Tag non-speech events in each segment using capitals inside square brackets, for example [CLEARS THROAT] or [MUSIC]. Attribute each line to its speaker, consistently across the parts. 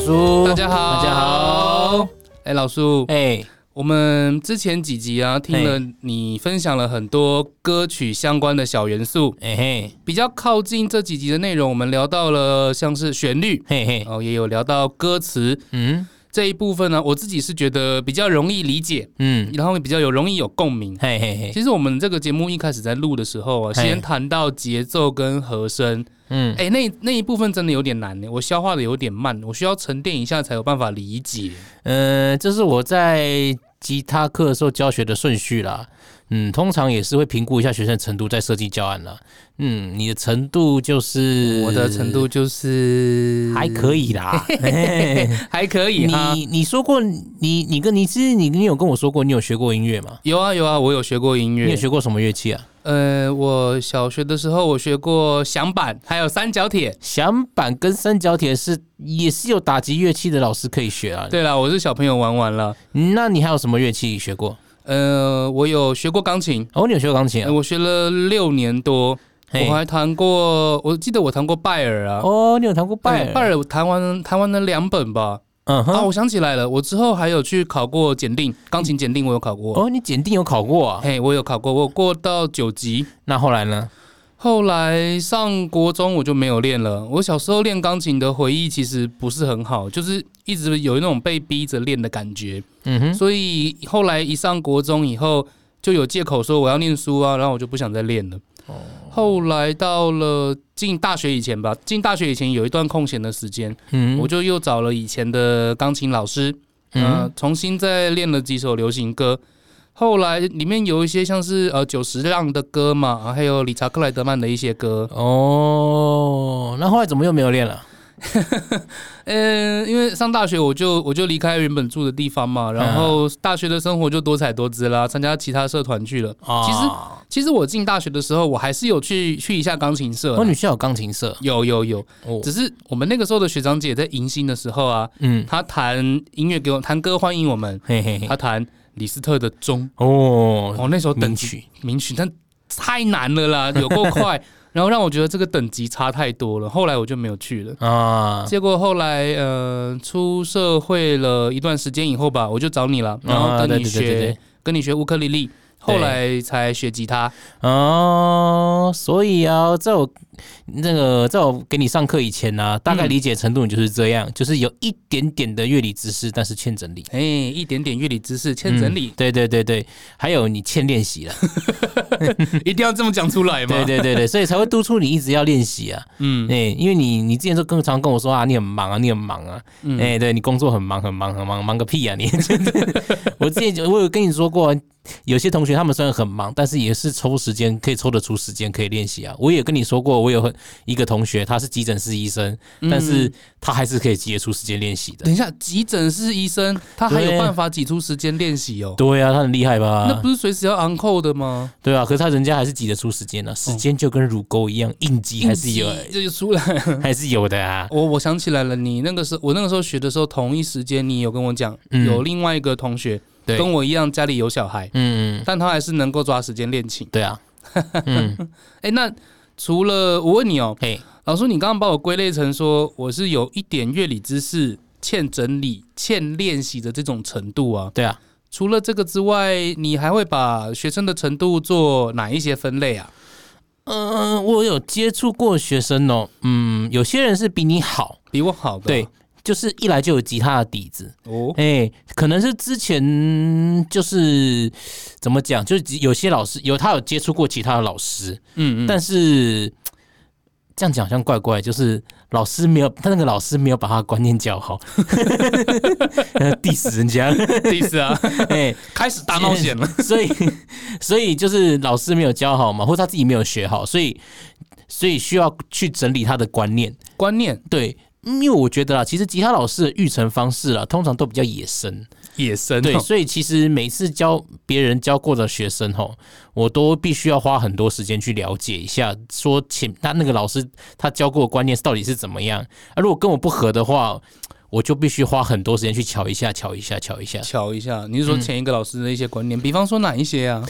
Speaker 1: 叔，
Speaker 2: 大家好，
Speaker 1: 大家好。
Speaker 2: 哎，老叔，
Speaker 1: 哎，
Speaker 2: 我们之前几集啊，听了你分享了很多歌曲相关的小元素，
Speaker 1: 哎嘿，
Speaker 2: 比较靠近这几集的内容，我们聊到了像是旋律，
Speaker 1: 嘿嘿，
Speaker 2: 哦，也有聊到歌词
Speaker 1: 嗯
Speaker 2: 这一部分呢。我自己是觉得比较容易理解，
Speaker 1: 嗯，
Speaker 2: 然后也比较有容易有共鸣。
Speaker 1: 嘿嘿嘿，
Speaker 2: 其实我们这个节目一开始在录的时候啊，
Speaker 1: 嘿
Speaker 2: 先谈到节奏跟和声，
Speaker 1: 嗯，
Speaker 2: 哎、那那一部分真的有点难呢，我消化的有点慢，我需要沉淀一下才有办法理解。
Speaker 1: 呃，这是我在吉他课的时候教学的顺序啦。嗯，通常也是会评估一下学生的程度，再设计教案啦。嗯，你的程度就是
Speaker 2: 我的程度
Speaker 1: [LAUGHS]
Speaker 2: 就是
Speaker 1: 还可以啦。哎
Speaker 2: 还可以哈。
Speaker 1: 你你说过你你跟你是你你有跟我说过你有学过音乐吗？
Speaker 2: 有啊有啊，我有学过音
Speaker 1: 你
Speaker 2: 乐
Speaker 1: 有。学过什么乐器啊？
Speaker 2: 呃，我小学的时候我学过响板，还有三角铁。
Speaker 1: 响板跟三角铁是也是有打击乐器的老师可以学啊。
Speaker 2: 对啦，我是小朋友玩完了。
Speaker 1: 嗯那你还有什么乐器学过？
Speaker 2: 呃，我有学过钢琴，
Speaker 1: 哦，你有学过钢琴
Speaker 2: 呃
Speaker 1: 啊？
Speaker 2: 我学了六年多，
Speaker 1: 嘿
Speaker 2: 我还弹过，我记得我弹过拜耳啊。
Speaker 1: 哦，你有弹过拜
Speaker 2: 哎
Speaker 1: 耳？
Speaker 2: 拜，耳，我弹完弹完了两本吧。
Speaker 1: 嗯
Speaker 2: 啊，
Speaker 1: 哼。
Speaker 2: 我想起来了，我之后还有去考过检定，钢琴检定我有考过。
Speaker 1: 哦，你检定有考过啊？
Speaker 2: 嘿，我有考过，我有过到九级。
Speaker 1: 那后来呢？
Speaker 2: 后来上国中我就没有练了。我小时候练钢琴的回忆其实不是很好，就是一直有那种被逼着练的感觉。
Speaker 1: 嗯哼，
Speaker 2: 所以后来一上国中以后，就有借口说我要念书啊，然后我就不想再练了。后来到了进大学以前吧，进大学以前有一段空闲的时间，
Speaker 1: 嗯，
Speaker 2: 我就又找了以前的钢琴老师，嗯、
Speaker 1: 嗯
Speaker 2: 重新再练了几首流行歌。后来里面有一些像是呃久石让的歌嘛，啊还有理查克莱德曼的一些歌。
Speaker 1: 哦，那后来怎么又没有练了？
Speaker 2: 嗯、因为上大学我就我就离开原本住的地方嘛，
Speaker 1: 嗯
Speaker 2: 然后大学的生活就多彩多姿啦，参加其他社团去了。
Speaker 1: 啊
Speaker 2: 其实其实我进大学的时候，我还是有去去一下钢琴社
Speaker 1: 哦，
Speaker 2: 啦，
Speaker 1: 你需要有钢琴社
Speaker 2: 有有有，
Speaker 1: 哦，
Speaker 2: 只是我们那个时候的学长姐在迎新的时候啊，
Speaker 1: 嗯，
Speaker 2: 她弹音乐给我弹歌欢迎我们，
Speaker 1: 嘿嘿嘿
Speaker 2: 她，弹李斯特的《钟
Speaker 1: 哦，》，
Speaker 2: 哦，那首等
Speaker 1: 名
Speaker 2: 级
Speaker 1: 曲，
Speaker 2: 名曲，但太难了
Speaker 1: [LAUGHS]
Speaker 2: 啦，有够快，然后让我觉得这个等级差太多了，后来我就没有去了。
Speaker 1: 啊，
Speaker 2: 结果后来，呃，出社会了一段时间以后吧，我就找你了，然后
Speaker 1: 啊
Speaker 2: 跟
Speaker 1: 对
Speaker 2: 你
Speaker 1: 对对对
Speaker 2: 学，
Speaker 1: 对
Speaker 2: 跟你学乌克丽丽，后来才学吉他。
Speaker 1: 哦，所以啊，在我那个在我给你上课以前呢、啊，大
Speaker 2: 嗯
Speaker 1: 概理解程度你就是这样，就是有一点点的乐理知识，但是欠整理。
Speaker 2: 哎，一点点乐理知识欠整理
Speaker 1: 嗯，对对对对，还有你欠练习了，
Speaker 2: [LAUGHS] 一定要这么讲出来吗？
Speaker 1: 嗯对
Speaker 2: [LAUGHS]
Speaker 1: 对对对，所以才会督促你一直要练习啊，
Speaker 2: 嗯
Speaker 1: 哎、因为你你之前就更常跟我说啊，你很忙啊，你很忙啊，哎、
Speaker 2: 嗯，
Speaker 1: 对你工作很忙很忙很忙，忙个屁啊你！ [LAUGHS] 我之前就我有跟你说过，啊有些同学他们虽然很忙，但是也是抽时间可以抽得出时间可以练习啊。我也跟你说过，我有很一个同学他是急诊室医生，但
Speaker 2: 嗯
Speaker 1: 是他还是可以挤得出时间练习的。
Speaker 2: 等一下，急诊室医生他还有
Speaker 1: 对
Speaker 2: 办法挤出时间练习哦，
Speaker 1: 对啊，他很厉
Speaker 2: 那
Speaker 1: 害吧
Speaker 2: 不？是随时要 on call 的吗？
Speaker 1: 对啊，可是他人家还是挤得出时间呢、啊时间就跟乳沟一样嗯应急， [LAUGHS] 还是有，哎
Speaker 2: 这就出来了。
Speaker 1: 还是有的啊。
Speaker 2: 我我想起来了，你那个时候，我那个时候学的时候，同一时间你有跟我讲，
Speaker 1: 嗯
Speaker 2: 有另外一个同学
Speaker 1: 对
Speaker 2: 跟我一样家里有小孩，
Speaker 1: 嗯，
Speaker 2: 但他还是能够抓时间练琴。
Speaker 1: 对啊， [LAUGHS] 嗯，
Speaker 2: 哎，那除了我问你哦，
Speaker 1: 嘿，
Speaker 2: 老师，你刚刚把我归类成说我是有一点乐理知识欠整理、欠练习的这种程度啊，
Speaker 1: 对啊。
Speaker 2: 除了这个之外，你还会把学生的程度做哪一些分类啊？
Speaker 1: 嗯、我有接触过学生哦，嗯，有些人是比你好，
Speaker 2: 比我好的，啊
Speaker 1: 对，啊就是一来就有吉他的底子。 [LAUGHS]
Speaker 2: 哦，
Speaker 1: 哎、可能是之前就是怎么讲，就是有些老师有他有接触过其他的老师，
Speaker 2: 嗯嗯，
Speaker 1: 但是这样讲好像怪怪，就是老师没有他那个老师没有把他的观念教好 [LAUGHS] 呃，diss 人家，
Speaker 2: 第四啊，
Speaker 1: 哎、
Speaker 2: [LAUGHS] 开始大冒险
Speaker 1: [LAUGHS]
Speaker 2: 了。
Speaker 1: 所以所以就是老师没有教好嘛，或者他自己没有学好，所以所以需要去整理他的观念。
Speaker 2: 观念
Speaker 1: 对，嗯因为我觉得啦，其实吉他老师的育成方式啦，通常都比较野生。
Speaker 2: 野生、
Speaker 1: [LAUGHS]
Speaker 2: [LAUGHS]
Speaker 1: 对，所以其实每次教别人教过的学生吼，我都必须要花很多时间去了解一下，说前他那个老师他教过的观念到底是怎么样。啊，如果跟我不合的话，我就必须花很多时间去瞧一下、瞧一下、瞧一下。
Speaker 2: 瞧一下，你是
Speaker 1: 嗯
Speaker 2: 说前一个老师的一些观念，比方说哪一些啊？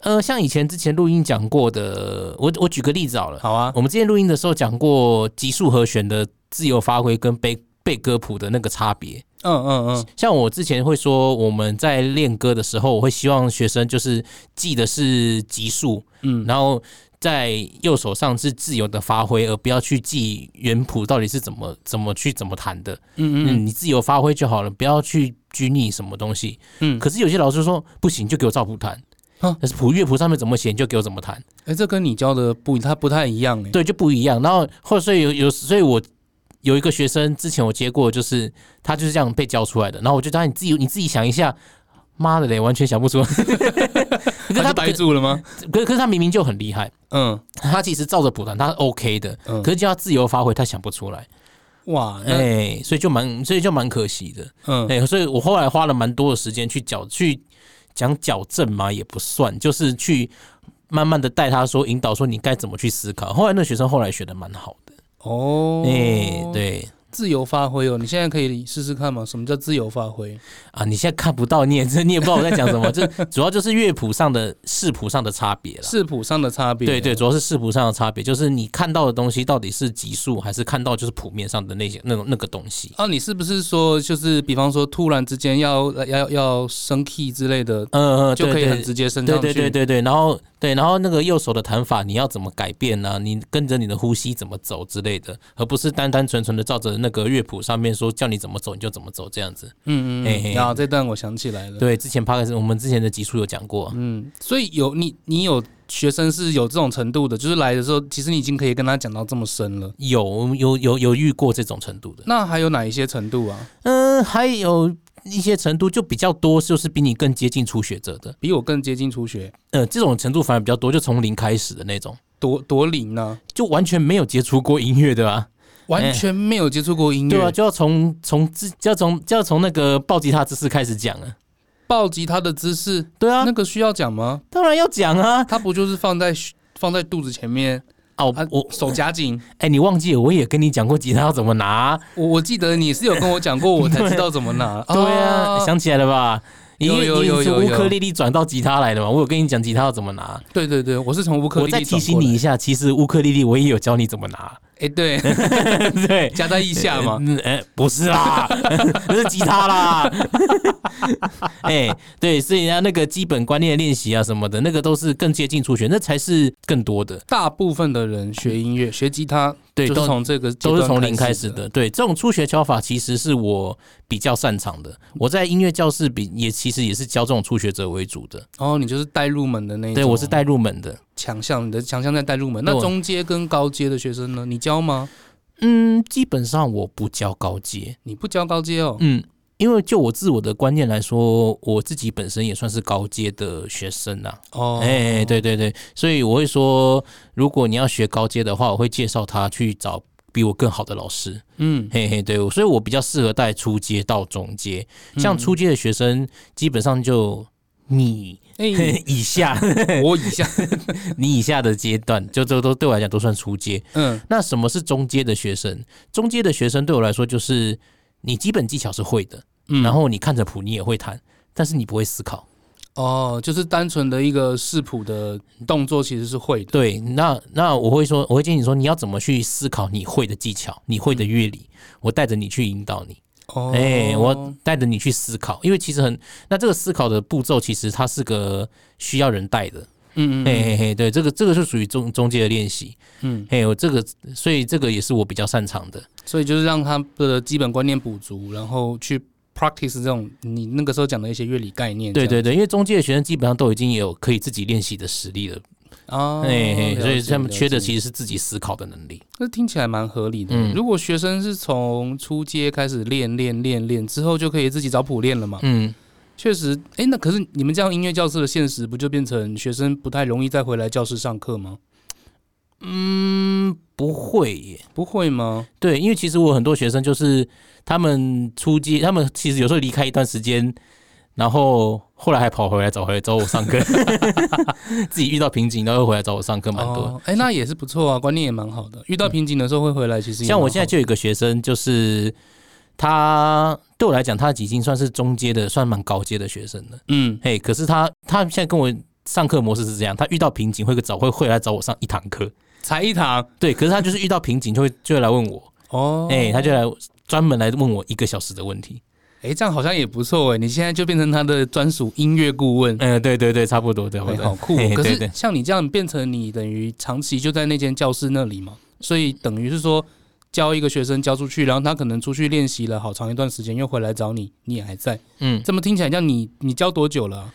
Speaker 1: 呃，像以前之前录音讲过的，我我举个例子好了。
Speaker 2: 好啊，
Speaker 1: 我们之前录音的时候讲过级数和弦的自由发挥跟被背歌谱的那个差别。
Speaker 2: 嗯嗯嗯，
Speaker 1: 像我之前会说，我们在练歌的时候，我会希望学生就是记的是级数，
Speaker 2: 嗯
Speaker 1: 嗯，然后在右手上是自由的发挥，而不要去记原谱到底是怎么怎么去怎么弹的，
Speaker 2: 嗯嗯
Speaker 1: 嗯，你自由发挥就好了，不要去拘泥什么东西。
Speaker 2: 嗯，
Speaker 1: 可是有些老师说不行，就给我照谱弹。
Speaker 2: 啊
Speaker 1: 但是谱乐谱上面怎么写，你就给我怎么弹，
Speaker 2: 哎、这跟你教的不，它不太一样哎、
Speaker 1: 对，就不一样。然后后来所以有有，所以我有一个学生之前我接过，就是他就是这样被教出来的。然后我就叫他你自己你自己想一下，妈的嘞，完全想不出来。 [LAUGHS] 可是
Speaker 2: 他就
Speaker 1: 他
Speaker 2: 呆住了
Speaker 1: [LAUGHS]
Speaker 2: 吗？
Speaker 1: 可可是他明明就很厉害，
Speaker 2: 嗯，
Speaker 1: 他其实照着谱弹，他 OK 的，
Speaker 2: 嗯
Speaker 1: 可是叫他自由发挥，他想不出来，
Speaker 2: 哇，
Speaker 1: 哎、
Speaker 2: 那、
Speaker 1: 所以就蛮所以就蛮可惜的。
Speaker 2: 嗯，
Speaker 1: 哎、所以我后来花了蛮多的时间去矫去讲矫正嘛，也不算，就是去慢慢的带他说引导说你该怎么去思考。后来那学生后来学的蛮好的，
Speaker 2: 哦，
Speaker 1: 哎、，对
Speaker 2: 自由发挥哦，你现在可以试试看嘛？什么叫自由发挥？
Speaker 1: 啊，你现在看不到，你也真你也不知道我在讲什么，这主要就是 [LAUGHS] 乐谱上的视谱上的差别了。
Speaker 2: 视谱上的差别，
Speaker 1: 对对，，主要是视谱上的差别，就是你看到的东西到底是级数，还是看到就是谱面上的那些那种那个东西。
Speaker 2: 啊，你是不是说就是比方说突然之间要要要升 key 之类的，
Speaker 1: 嗯嗯，
Speaker 2: 哦就
Speaker 1: 对
Speaker 2: 可以
Speaker 1: 对
Speaker 2: 很直接升上
Speaker 1: 对
Speaker 2: 去？
Speaker 1: 对对对对，然后对，然后那个右手的弹法你要怎么改变呢、你跟着你的呼吸怎么走之类的，而不是单单纯纯的照着那个乐谱上面说叫你怎么走你就怎么走这样子。
Speaker 2: 嗯嗯
Speaker 1: 嘿
Speaker 2: 嗯，
Speaker 1: 嘿
Speaker 2: 然后这段我想起来了，，
Speaker 1: 对，之前 p 克斯我们之前的集数有讲过，
Speaker 2: 嗯，所以有你你有学生是有这种程度的，就是来的时候，其实你已经可以跟他讲到这么深了。
Speaker 1: 有有有有遇过这种程度的。
Speaker 2: 那还有哪一些程度啊？
Speaker 1: 嗯，还有一些程度就比较多，就是比你更接近初学者的，
Speaker 2: 比我更接近初学，
Speaker 1: 呃，这种程度反而比较多，就从零开始的那种，
Speaker 2: 多多零呢、
Speaker 1: 就完全没有接触过音乐的啊。
Speaker 2: 完全没有接触过音乐。
Speaker 1: 对啊，就要从从自就要从就要从那个抱吉他姿势开始讲啊。
Speaker 2: 抱吉他的姿势，
Speaker 1: 对啊
Speaker 2: 那，个需要讲吗？
Speaker 1: 当然要讲啊！
Speaker 2: 它不就是放在放在肚子前面，
Speaker 1: 啊，我
Speaker 2: 啊
Speaker 1: 我
Speaker 2: 手夹紧？
Speaker 1: 哎、你忘记了？我也跟你讲过吉他要怎么拿。
Speaker 2: 我我记得你是有跟我讲过，我才知道怎么拿。
Speaker 1: [LAUGHS] 对啊，
Speaker 2: 哦
Speaker 1: 想起来了吧？你
Speaker 2: 有有有
Speaker 1: 你从
Speaker 2: 有有
Speaker 1: 乌克丽丽转到吉他来的嘛？我有跟你讲吉他要怎么拿。
Speaker 2: 对对对，我是从乌克
Speaker 1: 我
Speaker 2: 丽
Speaker 1: 再
Speaker 2: 丽
Speaker 1: 提
Speaker 2: 转
Speaker 1: 醒
Speaker 2: 过来
Speaker 1: 你，一下，其实乌克丽丽我也有教你怎么拿。 [LAUGHS]
Speaker 2: 哎，对， [LAUGHS]
Speaker 1: 对，
Speaker 2: 夹在腋下嘛。
Speaker 1: [LAUGHS] 嗯，哎、不
Speaker 2: [LAUGHS]
Speaker 1: 是啦，那是吉他啦。 [LAUGHS] 哎、对，所以人家那个基本观念的练习啊什么的，那个都是更接近初学，那才是更多的。
Speaker 2: 大部分的人学音乐、学吉他，
Speaker 1: 对，
Speaker 2: 就是
Speaker 1: 都
Speaker 2: 从这个
Speaker 1: 都是从零
Speaker 2: 开
Speaker 1: 开始。的。对，这种初学敲法其实是我比较擅长的。我在音乐教室比也其实也是教这种初学者为主的。
Speaker 2: 哦，你就是带入门的那一种。
Speaker 1: 对，我是带入门的。
Speaker 2: 强项，你的强项在带入门。那
Speaker 1: 对我
Speaker 2: 中阶跟高阶的学生呢？你教吗？
Speaker 1: 嗯，基本上我不教高阶。
Speaker 2: 你不教高阶哦。
Speaker 1: 嗯，因为就我自我的观念来说，我自己本身也算是高阶的学生啦、
Speaker 2: 哦，
Speaker 1: 哎、对对对，所以我会说，如果你要学高阶的话，我会介绍他去找比我更好的老师。
Speaker 2: 嗯，
Speaker 1: 嘿嘿，对，所以我比较适合带初阶到中阶，像初阶的学生，基本上就你 [LAUGHS]
Speaker 2: 哎，[LAUGHS]
Speaker 1: 以下、
Speaker 2: 我以下，
Speaker 1: 你以下的阶段，就这都对我来讲都算初阶。
Speaker 2: 嗯
Speaker 1: 那什么是中阶的学生？中阶的学生对我来说就是你基本技巧是会的，
Speaker 2: 嗯，
Speaker 1: 然后你看着谱你也会弹，但是你不会思考。
Speaker 2: 哦，就是单纯的一个视谱的动作，其实是会的。
Speaker 1: 对，那那我会说，我会建议你说你要怎么去思考你会的技巧，你会的
Speaker 2: 嗯
Speaker 1: 乐理，我带着你去引导你。
Speaker 2: 哦，
Speaker 1: 哎、我带着你去思考，因为其实很，那这个思考的步骤其实它是个需要人带的，
Speaker 2: 嗯嗯
Speaker 1: 嘿
Speaker 2: 嗯
Speaker 1: 嘿嘿，对，这个这个是属于中中介的练习，
Speaker 2: 嗯，
Speaker 1: 嘿，我这个，所以这个也是我比较擅长的，
Speaker 2: 所以就是让他的基本观念补足，然后去 practice 这种你那个时候讲的一些乐理概念。
Speaker 1: 对对对，因为中介的学生基本上都已经有可以自己练习的实力了，
Speaker 2: 这样哦，
Speaker 1: 嘿嘿，
Speaker 2: 了
Speaker 1: 哎所以
Speaker 2: 解
Speaker 1: 他们
Speaker 2: 了
Speaker 1: 缺的
Speaker 2: 解
Speaker 1: 其实是自己思考的能力，
Speaker 2: 那听起来蛮合理的。
Speaker 1: 嗯
Speaker 2: 如果学生是从初阶开始练练练练之后，就可以自己找谱练了嘛？
Speaker 1: 嗯，
Speaker 2: 确实，诶，那可是你们这样音乐教室的现实，不就变成学生不太容易再回来教室上课吗？
Speaker 1: 不会耶。
Speaker 2: 不会吗？
Speaker 1: 对，因为其实我很多学生就是他们出街，他们其实有时候离开一段时间，然后后来还跑回来找回来找我上课， [LAUGHS] 自己遇到瓶颈，然后又回来找我上课，蛮多。
Speaker 2: 哦，诶，那也是不错啊，观念也蛮好的。遇到瓶颈的时候会回来，其实也
Speaker 1: 像我
Speaker 2: 蛮好
Speaker 1: 现在就有一个学生，就是他对我来讲，他已经算是中阶的，算蛮高阶的学生了。
Speaker 2: 嗯，
Speaker 1: 嘿，可是他他现在跟我上课模式是这样，他遇到瓶颈会找会会来找我上一堂课，
Speaker 2: 才一堂
Speaker 1: 对，可是他就是遇到瓶颈就会就会来问我，
Speaker 2: 哦，
Speaker 1: 哎、他就来专门来问我一个小时的问题。
Speaker 2: 哎、这样好像也不错哎、你现在就变成他的专属音乐顾问，
Speaker 1: 嗯、对对对，差不多，对，
Speaker 2: 哎好酷、
Speaker 1: 嘿
Speaker 2: 哦！
Speaker 1: 嘿
Speaker 2: 可
Speaker 1: 对
Speaker 2: 是
Speaker 1: 对
Speaker 2: 像你这样变成你等于长期就在那间教室那里嘛，所以等于是说教一个学生教出去，然后他可能出去练习了好长一段时间，又回来找你，你也还在。
Speaker 1: 嗯
Speaker 2: 这么听起来，像你你教多久了啊、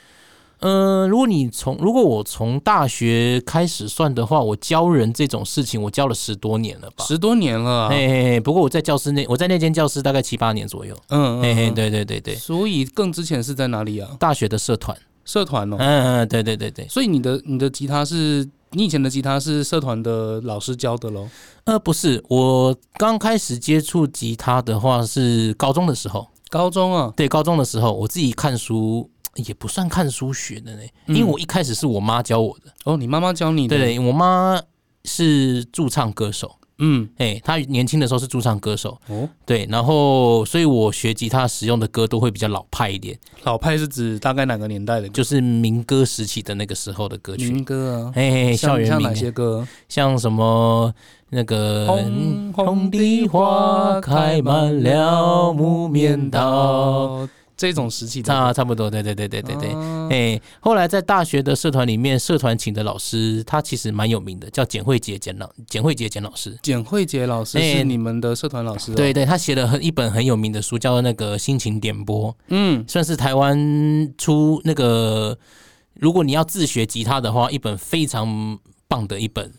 Speaker 1: 嗯、呃如果你从如果我从大学开始算的话，我教人这种事情，我教了十多年了吧。
Speaker 2: 十多年了啊、
Speaker 1: 嘿嘿嘿，不过我在教室内，我在那间教室大概七八年左右。
Speaker 2: 嗯，嗯
Speaker 1: 嘿嘿，。
Speaker 2: 嗯
Speaker 1: 对对对对，
Speaker 2: 所以更之前是在哪里啊？
Speaker 1: 大学的社团，
Speaker 2: 社团哦。
Speaker 1: 嗯嗯，对对对对，
Speaker 2: 所以你的你的吉他是你以前的吉他是社团的老师教的喽？
Speaker 1: 呃，不是，我刚开始接触吉他的话是高中的时候，
Speaker 2: 高中啊，
Speaker 1: 对，高中的时候我自己看书。也不算看书学的呢，
Speaker 2: 嗯
Speaker 1: 因为我一开始是我妈教我的。
Speaker 2: 哦，你妈妈教你的。
Speaker 1: 对，对，我妈是驻唱歌手，
Speaker 2: 嗯，
Speaker 1: 哎、她年轻的时候是驻唱歌手，
Speaker 2: 哦，
Speaker 1: 对，然后所以我学吉他使用的歌都会比较老派一点，
Speaker 2: 老派是指大概哪个年代的歌？
Speaker 1: 就是民歌时期的那个时候的歌曲。
Speaker 2: 民歌啊。
Speaker 1: 嘿嘿，
Speaker 2: 像
Speaker 1: 校园
Speaker 2: 像
Speaker 1: 民
Speaker 2: 哪
Speaker 1: 歌
Speaker 2: 些哦歌？
Speaker 1: 像什么那个嗯
Speaker 2: 红
Speaker 1: 的花开满了木棉道，
Speaker 2: 这种时期的
Speaker 1: 差差不多，对对对对对对。
Speaker 2: 啊
Speaker 1: 哎、后来在大学的社团里面，社团请的老师他其实蛮有名的，叫简慧杰简老简慧杰简老师。
Speaker 2: 简慧杰老师
Speaker 1: 哎
Speaker 2: 是你们的社团老师、哦，
Speaker 1: 对，对，他写了很一本很有名的书，叫那个《心情点播》，
Speaker 2: 嗯，
Speaker 1: 算是台湾出那个，如果你要自学吉他的话，一本非常棒的一本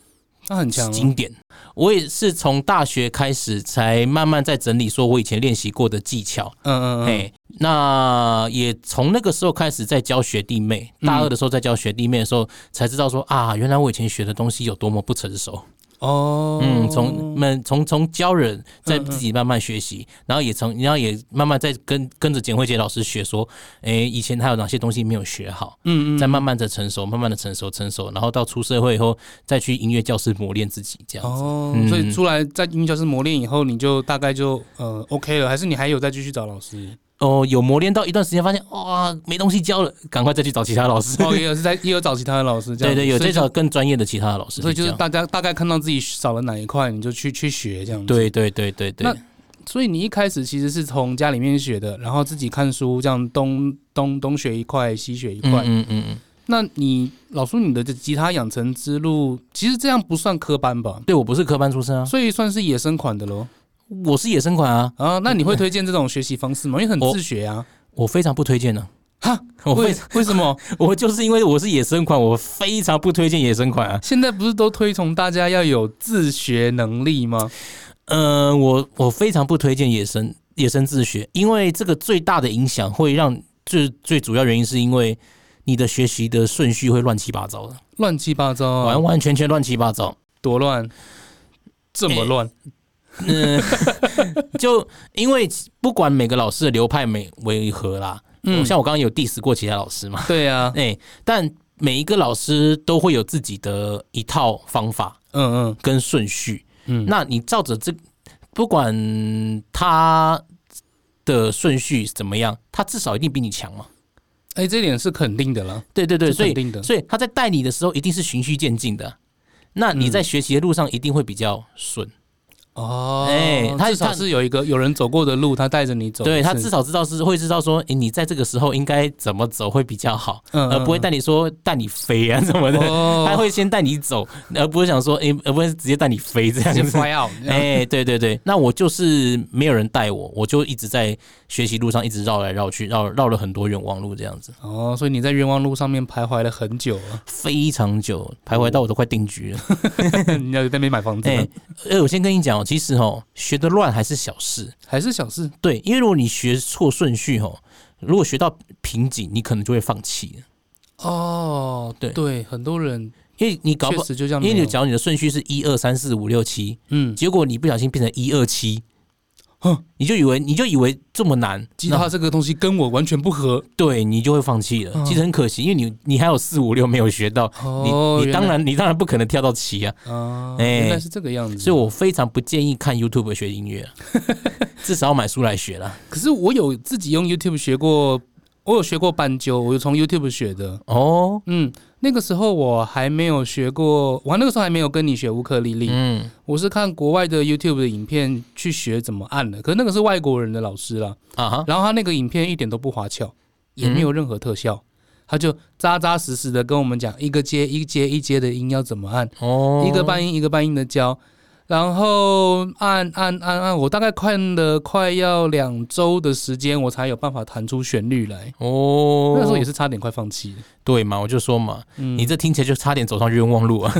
Speaker 2: 他很强、哦，
Speaker 1: 经典。我也是从大学开始才慢慢在整理，说我以前练习过的技巧。
Speaker 2: 嗯嗯嗯，
Speaker 1: 哎、那也从那个时候开始在教学弟妹，
Speaker 2: 嗯
Speaker 1: 大二的时候在教学弟妹的时候，才知道说啊，原来我以前学的东西有多么不成熟。
Speaker 2: 哦，
Speaker 1: 嗯，从们从从教人，再
Speaker 2: 嗯嗯
Speaker 1: 自己慢慢学习，然后也从然后也慢慢再跟跟着简慧杰老师学说，诶，以前还有哪些东西没有学好，
Speaker 2: 嗯嗯，
Speaker 1: 再慢慢的成熟，慢慢的成熟成熟，然后到出社会以后再去音乐教室磨练自己，这样子。
Speaker 2: 哦，
Speaker 1: 嗯
Speaker 2: 所以出来在音乐教室磨练以后，你就大概就呃 OK 了，还是你还有再继续找老
Speaker 1: [LAUGHS]
Speaker 2: 师？
Speaker 1: 哦，有磨练到一段时间，发现哇，没东西教了，赶快再去找其他老师。
Speaker 2: 哦，也有是在也有找其他的老师，这
Speaker 1: 对
Speaker 2: 样
Speaker 1: 对，有
Speaker 2: 所
Speaker 1: 再
Speaker 2: 以就
Speaker 1: 找更专业的其他的老师
Speaker 2: 所
Speaker 1: 去
Speaker 2: 以就
Speaker 1: 教。
Speaker 2: 是大家大概看到自己少了哪一块，你就去去学这样子。
Speaker 1: 对对对对对
Speaker 2: 那，所以你一开始其实是从家里面学的，然后自己看书，这样东东东学一块，西学一
Speaker 1: 嗯
Speaker 2: 块。
Speaker 1: 嗯嗯嗯，
Speaker 2: 那你老叔，你的这吉他养成之路，其实这样不算科班吧？
Speaker 1: 对我不是科班出身啊，
Speaker 2: 所以算是野生款的喽。
Speaker 1: 我是野生款啊，
Speaker 2: 啊，那你会推荐这种学习方式吗？因为很
Speaker 1: 我
Speaker 2: 自学啊。
Speaker 1: 我非常不推荐呢、啊
Speaker 2: 哈，
Speaker 1: 我非
Speaker 2: 为为什么
Speaker 1: [LAUGHS] 我就是因为我是野生款，我非常不推荐野生款啊。
Speaker 2: 现在不是都推崇大家要有自学能力吗？
Speaker 1: 嗯、我我非常不推荐野生野生自学，因为这个最大的影响会让最最主要原因是因为你的学习的顺序会乱七八糟的，
Speaker 2: 乱七八糟啊
Speaker 1: 完，完全全乱七八糟。
Speaker 2: 多乱，这么
Speaker 1: 哎
Speaker 2: 乱。
Speaker 1: 嗯、 [LAUGHS] 就因为不管每个老师的流派每为何啦，嗯，
Speaker 2: 嗯，
Speaker 1: 像我刚刚有 diss 过其他老师嘛，
Speaker 2: 对啊，
Speaker 1: 哎、但每一个老师都会有自己的一套方法
Speaker 2: 嗯嗯
Speaker 1: 跟顺序，
Speaker 2: 嗯，
Speaker 1: 那你照着这，不管他的顺序怎么样，他至少一定比你强嘛。
Speaker 2: 哎，这点是肯定的啦。
Speaker 1: 对对对，
Speaker 2: 这
Speaker 1: 所
Speaker 2: 肯
Speaker 1: 以
Speaker 2: 定的。
Speaker 1: 所以他在带你的时候一定是循序渐进的啊。那
Speaker 2: 嗯
Speaker 1: 你在学习的路上一定会比较顺，
Speaker 2: 哦，
Speaker 1: 哎他
Speaker 2: 至少
Speaker 1: 他
Speaker 2: 是有一个有人走过的路，他带着你走一次，
Speaker 1: 对他至少知道是会知道说，诶你在这个时候应该怎么走会比较好，
Speaker 2: 嗯
Speaker 1: 而不会带你说带你飞啊什么的，
Speaker 2: 哦
Speaker 1: 他会先带你走，而不是想说，诶，而不是直接带你飞这样
Speaker 2: 直接 [LAUGHS]
Speaker 1: 子。
Speaker 2: fly out，
Speaker 1: 哎、对对对，那我就是没有人带我，我就一直在学习路上一直绕来绕去，绕绕了很多冤枉路，这样子
Speaker 2: 哦，所以你在冤枉路上面徘徊了很久 [LAUGHS] 啊，
Speaker 1: 非常久，徘徊到我都快定居了。
Speaker 2: [LAUGHS] 你要在那边买房子
Speaker 1: 哎、
Speaker 2: 吗，
Speaker 1: 哎、我先跟你讲哦，其实哦，学的乱还是小事，
Speaker 2: 还是小事
Speaker 1: 对，因为如果你学错顺序哦，如果学到瓶颈，你可能就会放弃了，
Speaker 2: 哦，
Speaker 1: 对
Speaker 2: 对，很多人
Speaker 1: 因为你搞
Speaker 2: 确
Speaker 1: 不，
Speaker 2: 实就这样没
Speaker 1: 因
Speaker 2: 有，
Speaker 1: 为你假如你的顺序是一二三四五六七，
Speaker 2: 嗯，
Speaker 1: 结果你不小心变成一二七
Speaker 2: 哼。
Speaker 1: 你就以为你就以为这么难，
Speaker 2: 吉
Speaker 1: 那
Speaker 2: 他这个东西跟我完全不合，
Speaker 1: 对你就会放弃了。
Speaker 2: 嗯
Speaker 1: 其实很可惜，因为你你还有四五六没有学到，
Speaker 2: 哦，
Speaker 1: 你你
Speaker 2: 原来
Speaker 1: 当然你当然不可能跳到七啊。
Speaker 2: 啊，
Speaker 1: 哎
Speaker 2: 原来是这个样子，
Speaker 1: 所以我非常不建议看 YouTube
Speaker 2: [LAUGHS]
Speaker 1: 学音乐啊，至少要买书来学啦。
Speaker 2: 可是我有自己用 YouTube 学过我有学过斑鸠，我有从 YouTube 学的。
Speaker 1: 哦，
Speaker 2: 嗯，那个时候我还没有学过，我那个时候还没有跟你学乌克丽丽，
Speaker 1: 嗯，
Speaker 2: 我是看国外的 YouTube 的影片去学怎么按的。可是那个是外国人的老师啦，
Speaker 1: 啊哈，
Speaker 2: 然后他那个影片一点都不花俏，也没有任何特效，他就扎扎实实的跟我们讲一个阶一阶一阶的音要怎么按，
Speaker 1: 哦，
Speaker 2: 一个半音一个半音的教，然后按按按按，我大概看了快要两周的时间，我才有办法弹出旋律来。
Speaker 1: 哦，
Speaker 2: 那时候也是差点快放弃了。
Speaker 1: 对嘛，我就说嘛，
Speaker 2: 嗯
Speaker 1: 你这听起来就差点走上冤枉
Speaker 2: [LAUGHS]
Speaker 1: 路啊！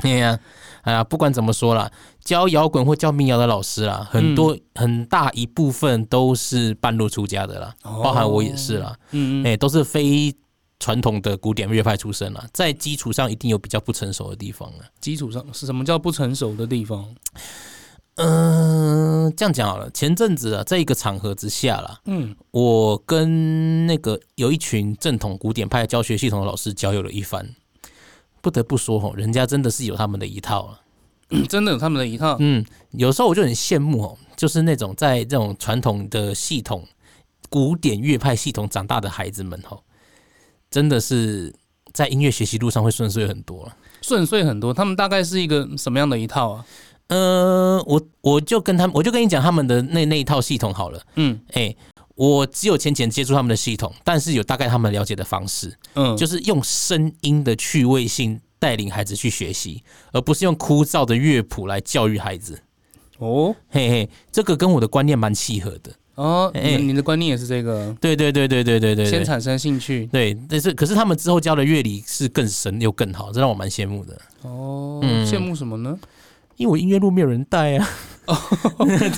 Speaker 1: 哎呀，哎呀，不管怎么说啦，教摇滚或教民谣的老师啦，很多、
Speaker 2: 嗯
Speaker 1: 很大一部分都是半路出家的啦，
Speaker 2: 哦
Speaker 1: 包含我也是啦，
Speaker 2: 嗯
Speaker 1: 哎、都是非传统的古典乐派出身啦，在基础上一定有比较不成熟的地方啊。
Speaker 2: 基础上是什么叫不成熟的地方？
Speaker 1: 嗯、这样讲好了，前阵子啊，在一个场合之下啦，
Speaker 2: 嗯，
Speaker 1: 我跟那个有一群正统古典派教学系统的老师交流了一番，不得不说吼，人家真的是有他们的一套啊。
Speaker 2: [CLEARS THROAT] 真的有他们的一套。
Speaker 1: 嗯，有时候我就很羡慕哦，就是那种在这种传统的系统、古典乐派系统长大的孩子们哦，真的是在音乐学习路上会顺遂很多啊了。
Speaker 2: 顺遂很多，他们大概是一个什么样的一套啊？
Speaker 1: 呃，我我就跟他们，我就跟你讲他们的那那一套系统好了。
Speaker 2: 嗯
Speaker 1: 哎、我只有浅浅接触他们的系统，但是有大概他们了解的方式，
Speaker 2: 嗯，
Speaker 1: 就是是用声音的趣味性带领孩子去学习，而不是用枯燥的乐谱来教育孩子。
Speaker 2: 哦
Speaker 1: 嘿嘿，这个跟我的观念蛮契合的。
Speaker 2: 哦，
Speaker 1: 哎
Speaker 2: 你你的观念也是这个，
Speaker 1: 对对对对对对对，
Speaker 2: 先
Speaker 1: 对
Speaker 2: 产生兴趣
Speaker 1: 对，但是可是他们之后教的乐理是更深又更好，这让我蛮羡慕的。
Speaker 2: 哦，
Speaker 1: 嗯
Speaker 2: 羡慕什么呢？
Speaker 1: 因为我音乐路没有人带啊， [LAUGHS]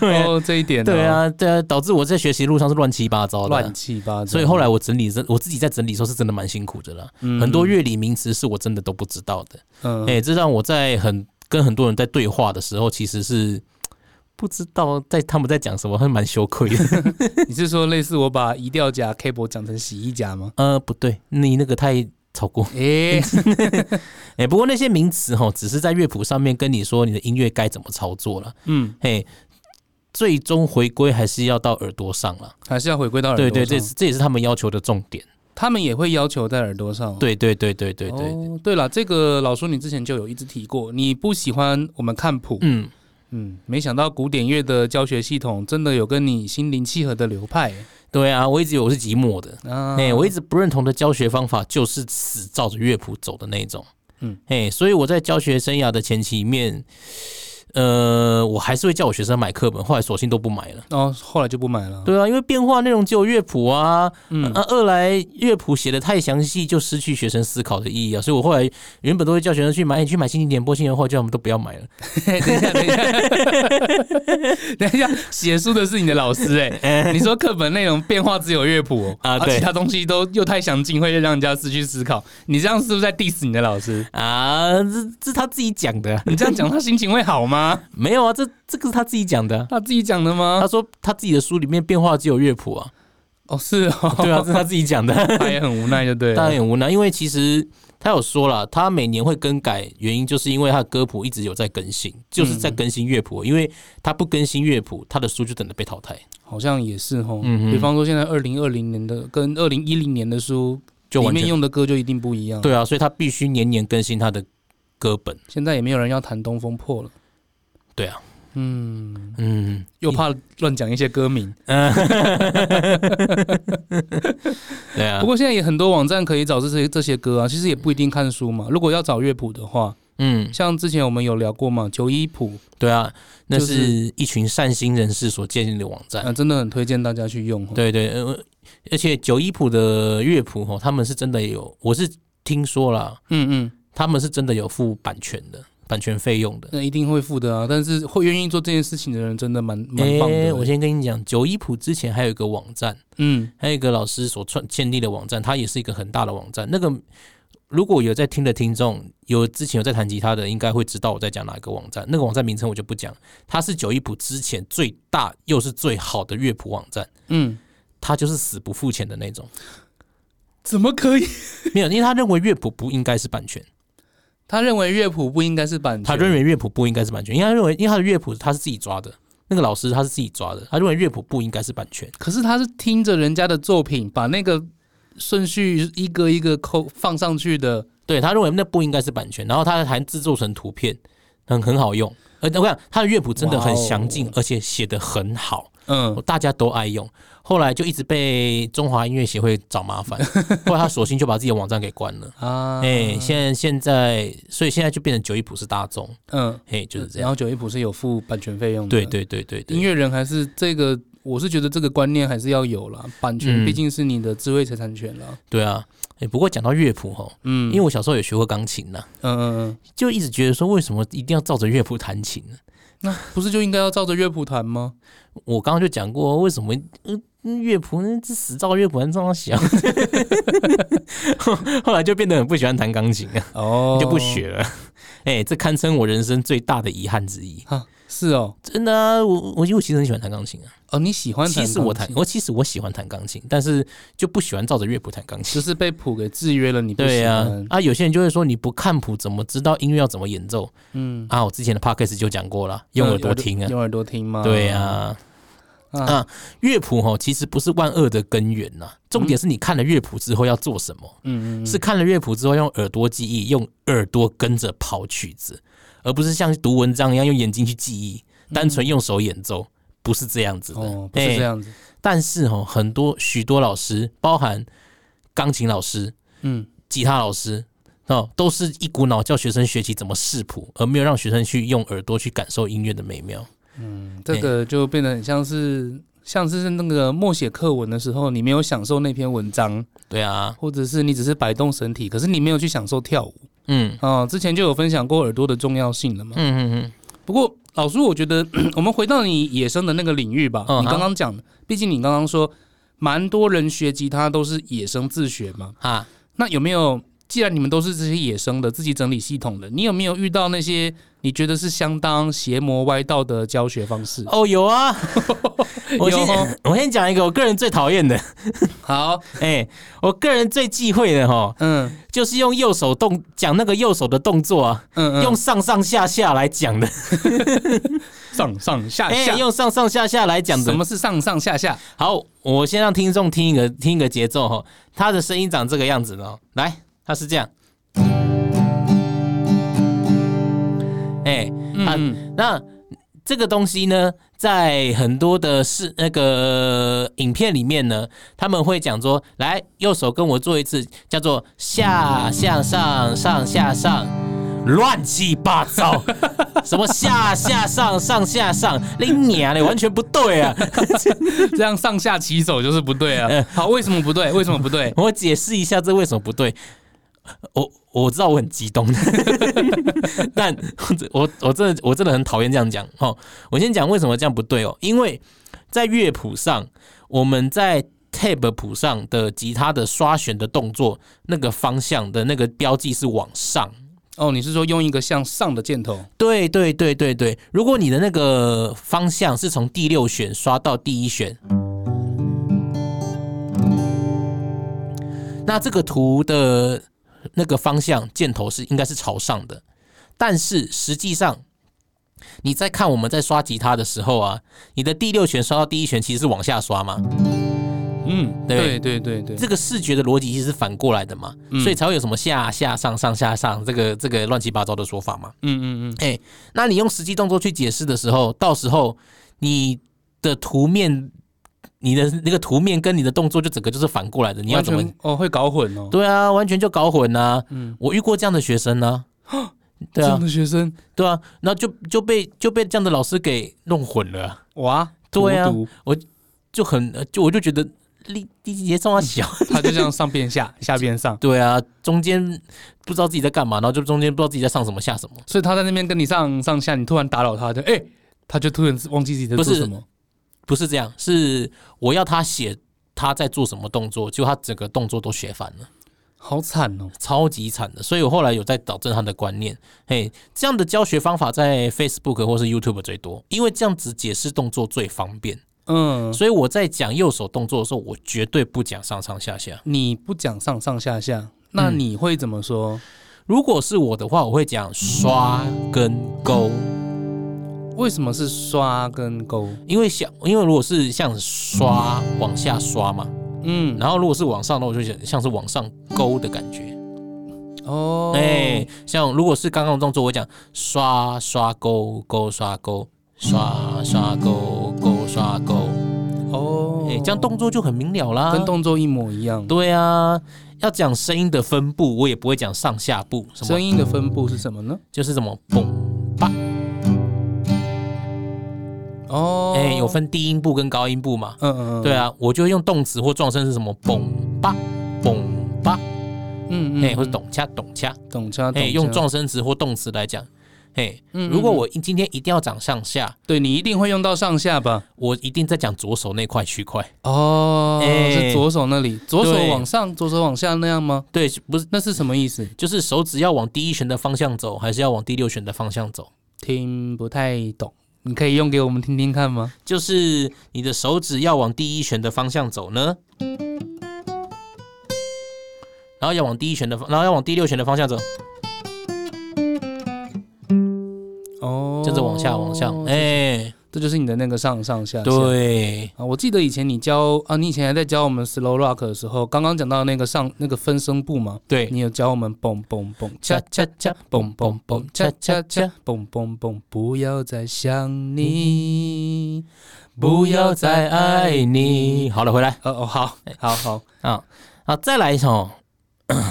Speaker 1: 对啊
Speaker 2: 哦，这一点哦
Speaker 1: 对，啊，对啊，导致我在学习路上是乱七八糟的
Speaker 2: 乱
Speaker 1: 啊。
Speaker 2: 七八糟。
Speaker 1: 所以后来我整理真，我自己在整理的时候是真的蛮辛苦的啦。
Speaker 2: 嗯
Speaker 1: 很多乐理名词是我真的都不知道的，
Speaker 2: 嗯
Speaker 1: 哎、这让我在很跟很多人在对话的时候，其实是不知道在他们在讲什么，还蛮羞愧的。 [LAUGHS]
Speaker 2: 你是说类似我把移调夹 cable 讲成洗衣夹吗？哎
Speaker 1: 呃，不对，你那个太超过。
Speaker 2: 诶，
Speaker 1: 哎、不过那些名词哈，只是在乐谱上面跟你说你的音乐该怎么操作了。
Speaker 2: 嗯，
Speaker 1: 嘿，最终回归还是要到耳朵上了。
Speaker 2: 还是要回归到耳朵
Speaker 1: 对
Speaker 2: 上。
Speaker 1: 对，这是这也是他们要求的重点。
Speaker 2: 他们也会要求在耳朵上。啊
Speaker 1: 对对对对对对，
Speaker 2: 哦，对了，这个老叔你之前就有一直提过，你不喜欢我们看谱，
Speaker 1: 嗯，
Speaker 2: 嗯，没想到古典乐的教学系统真的有跟你心灵契合的流派
Speaker 1: 对啊，我一直以为我是寂寞的，
Speaker 2: 啊！
Speaker 1: 哎、我一直不认同的教学方法就是死照着乐谱走的那种。
Speaker 2: 嗯
Speaker 1: 嗯，哎，所以我在教学生涯的前期里面，呃，我还是会叫我学生买课本，后来索性都不买了。
Speaker 2: 哦，后来就不买了。，
Speaker 1: 对啊，因为变化内容只有乐谱啊，
Speaker 2: 嗯
Speaker 1: 啊，二来乐谱写的太详细，就失去学生思考的意义啊。所以我后来原本都会叫学生去买，哎你去买心情点播、心情后，叫他们都不要买了。
Speaker 2: [LAUGHS] 等一下，等一下，等一下，写书的是你的老师
Speaker 1: [LAUGHS]
Speaker 2: 哎、你说课本内容变化只有乐谱、哦、
Speaker 1: 嗯啊
Speaker 2: 其
Speaker 1: 对
Speaker 2: 他东西都又太详尽，会让人家失去思考。你这样是不是在 diss 你的老师？
Speaker 1: 啊，这这是他自己讲的，啊
Speaker 2: 你这样讲，他心情会好吗？
Speaker 1: 没有啊，这这个是他自己讲的啊。
Speaker 2: 他自己讲的吗
Speaker 1: 他？说他自己的书里面变化只有乐谱啊，
Speaker 2: 哦，是哦，
Speaker 1: [LAUGHS] 对啊，这是他自己讲的，
Speaker 2: 他也很无奈，就对
Speaker 1: 当然
Speaker 2: 了。
Speaker 1: 很无奈，因为其实他有说了，他每年会更改，原因就是因为他的歌谱一直有在更新，就是在更新乐谱，因为他不更新乐谱，他的书就等着被淘汰，
Speaker 2: 好像也是哦。
Speaker 1: 嗯哼
Speaker 2: 比方说，现在二零二零年的跟二零一零年的书
Speaker 1: 就
Speaker 2: 里
Speaker 1: 完
Speaker 2: 面
Speaker 1: 全
Speaker 2: 用的歌就一定不一样。，
Speaker 1: 对啊，所以他必须年年更新他的歌本，
Speaker 2: 现在也没有人要谈《东风破》了。
Speaker 1: 对啊，
Speaker 2: 嗯，
Speaker 1: 嗯。
Speaker 2: 又怕乱讲一些歌名。
Speaker 1: 嗯 [LAUGHS] 对啊
Speaker 2: 不，过现在也很多网站可以找这些这些歌啊，其实也不一定看书嘛。如果要找乐谱的话，
Speaker 1: 嗯，
Speaker 2: 像之前我们有聊过嘛，九一谱，
Speaker 1: 对啊，那
Speaker 2: 就是
Speaker 1: 是一群善心人士所建立的网站
Speaker 2: 啊、。真的很推荐大家去用哦。
Speaker 1: 对对，呃而且九一谱的乐谱吼，他们是真的有，我是听说啦，
Speaker 2: 嗯嗯，
Speaker 1: 他们是真的有付版权的，版权费用的。
Speaker 2: 那一定会付的啊。但是会愿意做这件事情的人，真的蛮蛮
Speaker 1: 诶，
Speaker 2: 棒的。
Speaker 1: 我先跟你讲，九一谱之前还有一个网站，
Speaker 2: 嗯，
Speaker 1: 还有一个老师所创建立的网站，它也是一个很大的网站。那个如果有在听的听众，有之前有在弹吉他的，应该会知道我在讲哪一个网站。那个网站名称我就不讲，它是九一谱之前最大又是最好的乐谱网站，
Speaker 2: 嗯，
Speaker 1: 它就是死不付钱的那种。
Speaker 2: 怎么可以？
Speaker 1: 没有，因为他认为乐谱不应该是版权，
Speaker 2: 他认为乐谱不应该是版权，啊
Speaker 1: 他认为乐谱不应该是版权，因为他认为因为他的乐谱他是自己抓的，那个老师他是自己抓的，他认为乐谱不应该是版权。
Speaker 2: 可是他是听着人家的作品，把那个顺序一个一个扣放上去的。
Speaker 1: 对他认为那不应该是版权，然后他还制作成图片，很很好用。而我想他的乐谱真的很详尽
Speaker 2: 哇哦，
Speaker 1: 而且写得很好，
Speaker 2: 嗯，
Speaker 1: 大家都爱用。后来就一直被中华音乐协会找麻烦，后来他索性就把自己的网站给关了。
Speaker 2: [LAUGHS] 啊，
Speaker 1: 哎、现在现在，所以现在就变成九一谱是大众，
Speaker 2: 嗯，
Speaker 1: 嘿、就是这
Speaker 2: 然
Speaker 1: 样。
Speaker 2: 后九一谱是有付版权费用的。
Speaker 1: 对，对对对对，
Speaker 2: 音乐人还是这个，我是觉得这个观念还是要有啦。版权
Speaker 1: 嗯
Speaker 2: 毕竟是你的智慧财产权啦。
Speaker 1: 对啊。哎、不过讲到乐谱吼，
Speaker 2: 嗯，
Speaker 1: 因为我小时候也学过钢琴呐、
Speaker 2: 嗯嗯嗯，
Speaker 1: 就一直觉得说为什么一定要照着乐谱弹琴呢？
Speaker 2: 那不是就应该要照着乐谱弹吗？
Speaker 1: 我刚刚就讲过，为什么呃乐谱呢？这死照乐谱还这样想， [LAUGHS] 后后来就变得很不喜欢弹钢琴啊，
Speaker 2: 哦
Speaker 1: 就不学了。哎、这堪称我人生最大的遗憾之一。
Speaker 2: 啊？是哦，
Speaker 1: 真的啊，我我我其实很喜欢弹钢琴啊。
Speaker 2: 哦，你喜欢弹
Speaker 1: 其
Speaker 2: 钢琴？
Speaker 1: 实我弹，我其实我喜欢弹钢琴，但是就不喜欢照着乐谱弹钢
Speaker 2: 只
Speaker 1: 琴。
Speaker 2: 是被谱给制约了，你不
Speaker 1: 对
Speaker 2: 喜
Speaker 1: 呀、啊
Speaker 2: 欢。，
Speaker 1: 啊，有些人就会说你不看谱怎么知道音乐要怎么演奏
Speaker 2: 嗯，
Speaker 1: 啊？我之前的 podcast 就讲过了，用耳朵听啊。
Speaker 2: 用耳朵听吗？
Speaker 1: 对呀、啊，
Speaker 2: 啊，
Speaker 1: 乐谱吼其实不是万恶的根源呐、重点是你看了乐谱之后要做什么，
Speaker 2: 嗯嗯，
Speaker 1: 是看了乐谱之后用耳朵记忆，用耳朵跟着跑曲子，而不是像读文章一样用眼睛去记忆，单纯用手演奏，不是这样子的。
Speaker 2: 嗯哦，不是
Speaker 1: 哎
Speaker 2: 这样子，
Speaker 1: 但是哦，很多许多老师，包含钢琴老师、
Speaker 2: 嗯，
Speaker 1: 吉他老师哦，都是一股脑叫学生学习怎么视谱，而没有让学生去用耳朵去感受音乐的美妙。哎
Speaker 2: 这个就变得很像是。像是那个默写课文的时候，你没有享受那篇文章，
Speaker 1: 对啊，
Speaker 2: 或者是你只是摆动身体，可是你没有去享受跳舞
Speaker 1: 嗯
Speaker 2: 啊、之前就有分享过耳朵的重要性了嘛。
Speaker 1: 嗯嗯
Speaker 2: 不过老师，我觉得 [CLEARS THROAT] 我们回到你野生的那个领域吧。
Speaker 1: 嗯
Speaker 2: 你刚刚讲的，毕竟你刚刚说，蛮多人学吉他都是野生自学嘛。
Speaker 1: 嗯啊，
Speaker 2: 那有没有，既然你们都是这些野生的，自己整理系统的，你有没有遇到那些你觉得是相当邪魔歪道的教学方式？
Speaker 1: 哦
Speaker 2: [LAUGHS]
Speaker 1: 有啊，我先
Speaker 2: 有哦
Speaker 1: [LAUGHS] 我先讲一个我个人最
Speaker 2: [LAUGHS]
Speaker 1: 讨厌的，
Speaker 2: 好，
Speaker 1: 哎、我个人最忌讳的哈，
Speaker 2: 嗯
Speaker 1: 就是用右手动讲那个右手的动作啊，
Speaker 2: 嗯嗯，
Speaker 1: 用上上下下来讲的，
Speaker 2: 上上下
Speaker 1: 哎、
Speaker 2: 下，
Speaker 1: 用上上下下来讲的
Speaker 2: 啊什，么是上上下下？
Speaker 1: 好，我先让听众听一个听一个节奏哈，他的声音长这个样子呢，来，他是这样，哎、啊
Speaker 2: 嗯，
Speaker 1: 那这个东西呢，在很多的是那个呃影片里面呢，他们会讲说，来，右手跟我做一次，叫做下向上上下上。乱七八
Speaker 2: [LAUGHS]
Speaker 1: 糟，什么下下上上下上，你娘嘞，完全不对啊！
Speaker 2: 这样上下起手就是不对
Speaker 1: 嗯
Speaker 2: 啊。好，为什么不对？为什么不对？
Speaker 1: 我解释一下这为什么不对。我我知道我很激动， [LAUGHS] 但我我真的我真的很讨厌这样讲哦。我先讲为什么这样不对哦，因为在乐谱上，我们在 tab 谱上的吉他的刷弦的动作，那个方向的那个标记是往上。
Speaker 2: 哦，你是说用一个向上的箭头？
Speaker 1: 对对对对对，如果你的那个方向是从第六弦刷到第一弦，那这个图的那个方向箭头是应该是朝上的，但是实际上你在看我们在刷吉他的时候啊，你的第六弦刷到第一弦其实是往下刷嘛，
Speaker 2: 嗯，
Speaker 1: 对
Speaker 2: 对对对对。
Speaker 1: 这个视觉的逻辑其实是反过来的嘛，所以才会有什么下下上上下上这个这个乱七八糟的说法嘛。
Speaker 2: 嗯嗯嗯，
Speaker 1: 哎、那你用实际动作去解释的时候，到时候你的图面，你的那个图面跟你的动作就整个就是反过来的，你要
Speaker 2: 完
Speaker 1: 怎么？
Speaker 2: 全嗯哦会搞混哦。
Speaker 1: 对啊，完全就搞混呐、我遇过这样的学
Speaker 2: [GASPS]
Speaker 1: 生呢、对
Speaker 2: 这样
Speaker 1: 啊，
Speaker 2: 的学生
Speaker 1: 对啊，然后就就被就被这样的老师给弄混了啊，
Speaker 2: 哇，
Speaker 1: 对啊
Speaker 2: 荼毒
Speaker 1: 就很就我就觉得第第几节这么小，
Speaker 2: 他就这样上变
Speaker 1: [LAUGHS]
Speaker 2: 下，下变上，
Speaker 1: 对啊，中间不知道自己在干嘛，然后就中间不知道自己在上什么下什么。
Speaker 2: 所以他在那边跟你上上下，你突然打扰他，就哎、他就突然忘记自己在
Speaker 1: 不
Speaker 2: 做
Speaker 1: 是
Speaker 2: 什么。
Speaker 1: 不是这样，是我要他写他在做什么动作，结果他整个动作都写反了。
Speaker 2: 好惨哦！
Speaker 1: 超级惨的，所以我后来有在导正他的观念。嘿，这样的教学方法在 Facebook 或是 YouTube 最多，因为这样子解释动作最方便。
Speaker 2: 嗯，
Speaker 1: 所以我在讲右手动作的时候，我绝对不讲上上下下。
Speaker 2: 你不讲上上下下，那
Speaker 1: 嗯
Speaker 2: 你会怎么说？
Speaker 1: 如果是我的话，我会讲刷跟勾。
Speaker 2: 为什么是刷跟勾？
Speaker 1: 因为像因为如果是像刷往下刷嘛，
Speaker 2: 嗯，
Speaker 1: 然后如果是往上的，我就想像是往上勾的感觉。
Speaker 2: 哦，
Speaker 1: 哎、像如果是刚刚的动作，我讲刷刷勾勾刷勾刷刷勾勾刷勾，
Speaker 2: 哦
Speaker 1: 哎、，这样动作就很明了啦。
Speaker 2: 跟动作一模一样。
Speaker 1: 对啊，要讲声音的分布，我也不会讲上下部，什么
Speaker 2: 声音的分布是什么呢？
Speaker 1: 就是什么嘣吧，
Speaker 2: 哦，
Speaker 1: 哎、有，分低音部跟高音部嘛。
Speaker 2: 嗯嗯，嗯
Speaker 1: 对，啊，我就会用动词或撞声是什么嘣吧嘣吧，
Speaker 2: 嗯嗯，
Speaker 1: 哎、或者
Speaker 2: 嗯
Speaker 1: 咚掐咚掐，
Speaker 2: 懂差，
Speaker 1: 哎、
Speaker 2: 懂
Speaker 1: 用
Speaker 2: 差，
Speaker 1: 撞声词或动词来讲，哎、
Speaker 2: 嗯
Speaker 1: 如果
Speaker 2: 嗯嗯
Speaker 1: 我今天一定要讲上下，
Speaker 2: 对你一定会用到上下吧？
Speaker 1: 我一定在讲左手那块区块。
Speaker 2: 哦，
Speaker 1: 哎
Speaker 2: 是左手那里，左手
Speaker 1: 对
Speaker 2: 往上，左手往下那样吗？
Speaker 1: 对，不是，
Speaker 2: 那是什么意思？
Speaker 1: 就是手指要往第一弦的方向走，还是要往第六弦的方向走？
Speaker 2: 听不太懂，你可以用给我们听听看吗？
Speaker 1: 就是你的手指要往第一弦的方向走呢，然后要往第一弦的方，然后要往第六弦的方向走，
Speaker 2: 哦，
Speaker 1: 接着往下往下，哎、
Speaker 2: 这就是你的那个上上下下。
Speaker 1: 对，
Speaker 2: 啊，我记得以前你教啊，你以前还在教我们 slow rock 的时候，刚刚讲到那个上那个分声部嘛，
Speaker 1: 对，
Speaker 2: 你有教我们嘣嘣嘣
Speaker 1: 恰
Speaker 2: 恰
Speaker 1: 恰恰，
Speaker 2: 嘣
Speaker 1: 嘣
Speaker 2: 嘣
Speaker 1: 嘣
Speaker 2: 嘣
Speaker 1: 嘣，
Speaker 2: 恰
Speaker 1: 恰
Speaker 2: 恰
Speaker 1: 恰
Speaker 2: 恰
Speaker 1: 恰
Speaker 2: 嘣嘣嘣，不要再想你，不要再爱你。
Speaker 1: 好了，回来
Speaker 2: 哦哦，好好好
Speaker 1: 啊啊，再来一首， [COUGHS]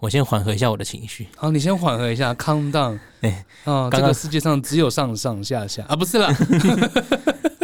Speaker 1: 我先缓和一下我的情绪。
Speaker 2: 好，你先缓和一下，calm down。
Speaker 1: 哎
Speaker 2: 哦，这个
Speaker 1: 刚刚
Speaker 2: 世界上只有上上下下啊，不是 [LAUGHS] 啦，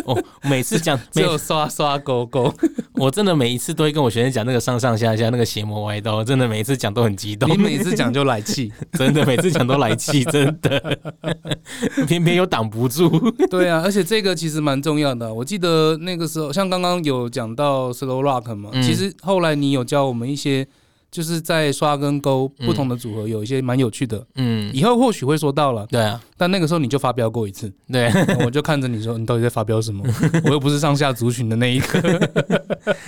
Speaker 1: 哦，每次 [LAUGHS] 讲，
Speaker 2: 只
Speaker 1: 每
Speaker 2: 有刷刷勾勾。 [LAUGHS]
Speaker 1: 我真的每一次都会跟我学生讲那个上上下下那个邪魔歪道，真的每一次讲都很激动
Speaker 2: 你，每次讲就来气。
Speaker 1: 真的每次讲都来气，真的， [LAUGHS] 偏偏又挡不住。
Speaker 2: [LAUGHS] 对啊，而且这个其实蛮重要的。啊我记得那个时候，像刚刚有讲到 slow rock 嘛，
Speaker 1: 嗯
Speaker 2: 其实后来你有教我们一些，就是在刷跟勾不同的组合，有一些蛮有趣的。
Speaker 1: [LAUGHS] 嗯，
Speaker 2: 以后或许会说到了，
Speaker 1: 对啊，
Speaker 2: 但那个时候你就发飙过一
Speaker 1: [LAUGHS]
Speaker 2: 次，
Speaker 1: 对，啊
Speaker 2: 我就看着你说你到底在发飙什
Speaker 1: [LAUGHS]
Speaker 2: 么？我又不是上下族群的那一个。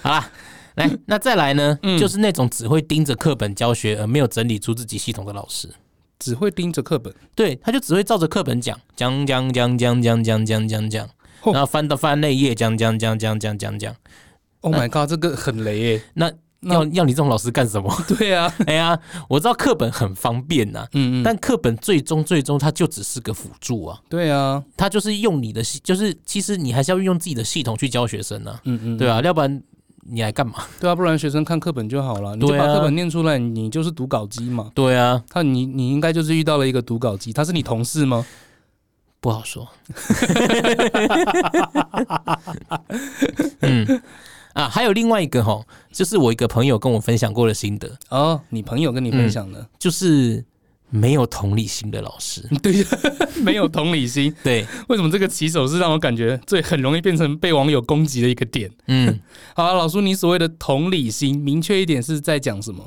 Speaker 1: 好啦。 [LAUGHS] 来，那再来呢？
Speaker 2: 嗯
Speaker 1: 就是那种只会盯着课本教学而没有整理出自己系统的老师。
Speaker 2: 只会盯着课本，
Speaker 1: 对，他就只会照着课本讲，讲讲讲讲讲讲讲讲讲，
Speaker 2: 吼
Speaker 1: 然后翻到翻那一页，讲讲讲讲讲讲讲。
Speaker 2: Oh my god，这个很雷
Speaker 1: [LAUGHS]
Speaker 2: 耶！
Speaker 1: 那
Speaker 2: 那
Speaker 1: 要要你这种老师干什么？
Speaker 2: 对啊，
Speaker 1: 哎呀，我知道课本很方便呐、
Speaker 2: 嗯嗯，
Speaker 1: 但课本最终最终它就只是个辅助啊，
Speaker 2: 对啊，
Speaker 1: 它就是用你的系，就是其实你还是要运用自己的系统去教学生啊，
Speaker 2: 嗯嗯，
Speaker 1: 对啊，要不然你来干嘛？
Speaker 2: 对啊，不然学生看课本就好了，你就
Speaker 1: 对
Speaker 2: 把
Speaker 1: 啊
Speaker 2: 课本念出来，你就是读稿机嘛。
Speaker 1: [LAUGHS] 对啊，
Speaker 2: 他你你应该就是遇到了一个读稿机，他是你同事吗？
Speaker 1: 不好 [LAUGHS] 说。嗯啊，还有另外一个哈，就是我一个朋友跟我分享过的心得，
Speaker 2: 哦，你朋友跟你分享
Speaker 1: 嗯
Speaker 2: 的，
Speaker 1: 就是没有同理心的老师。
Speaker 2: 对， [LAUGHS] 没有同理心。
Speaker 1: 对，
Speaker 2: 为什么这个起手是让我感觉最很容易变成被网友攻击的一个点？
Speaker 1: 嗯，
Speaker 2: 好啊、老叔，你所谓的同理心，明确一点是在讲什么？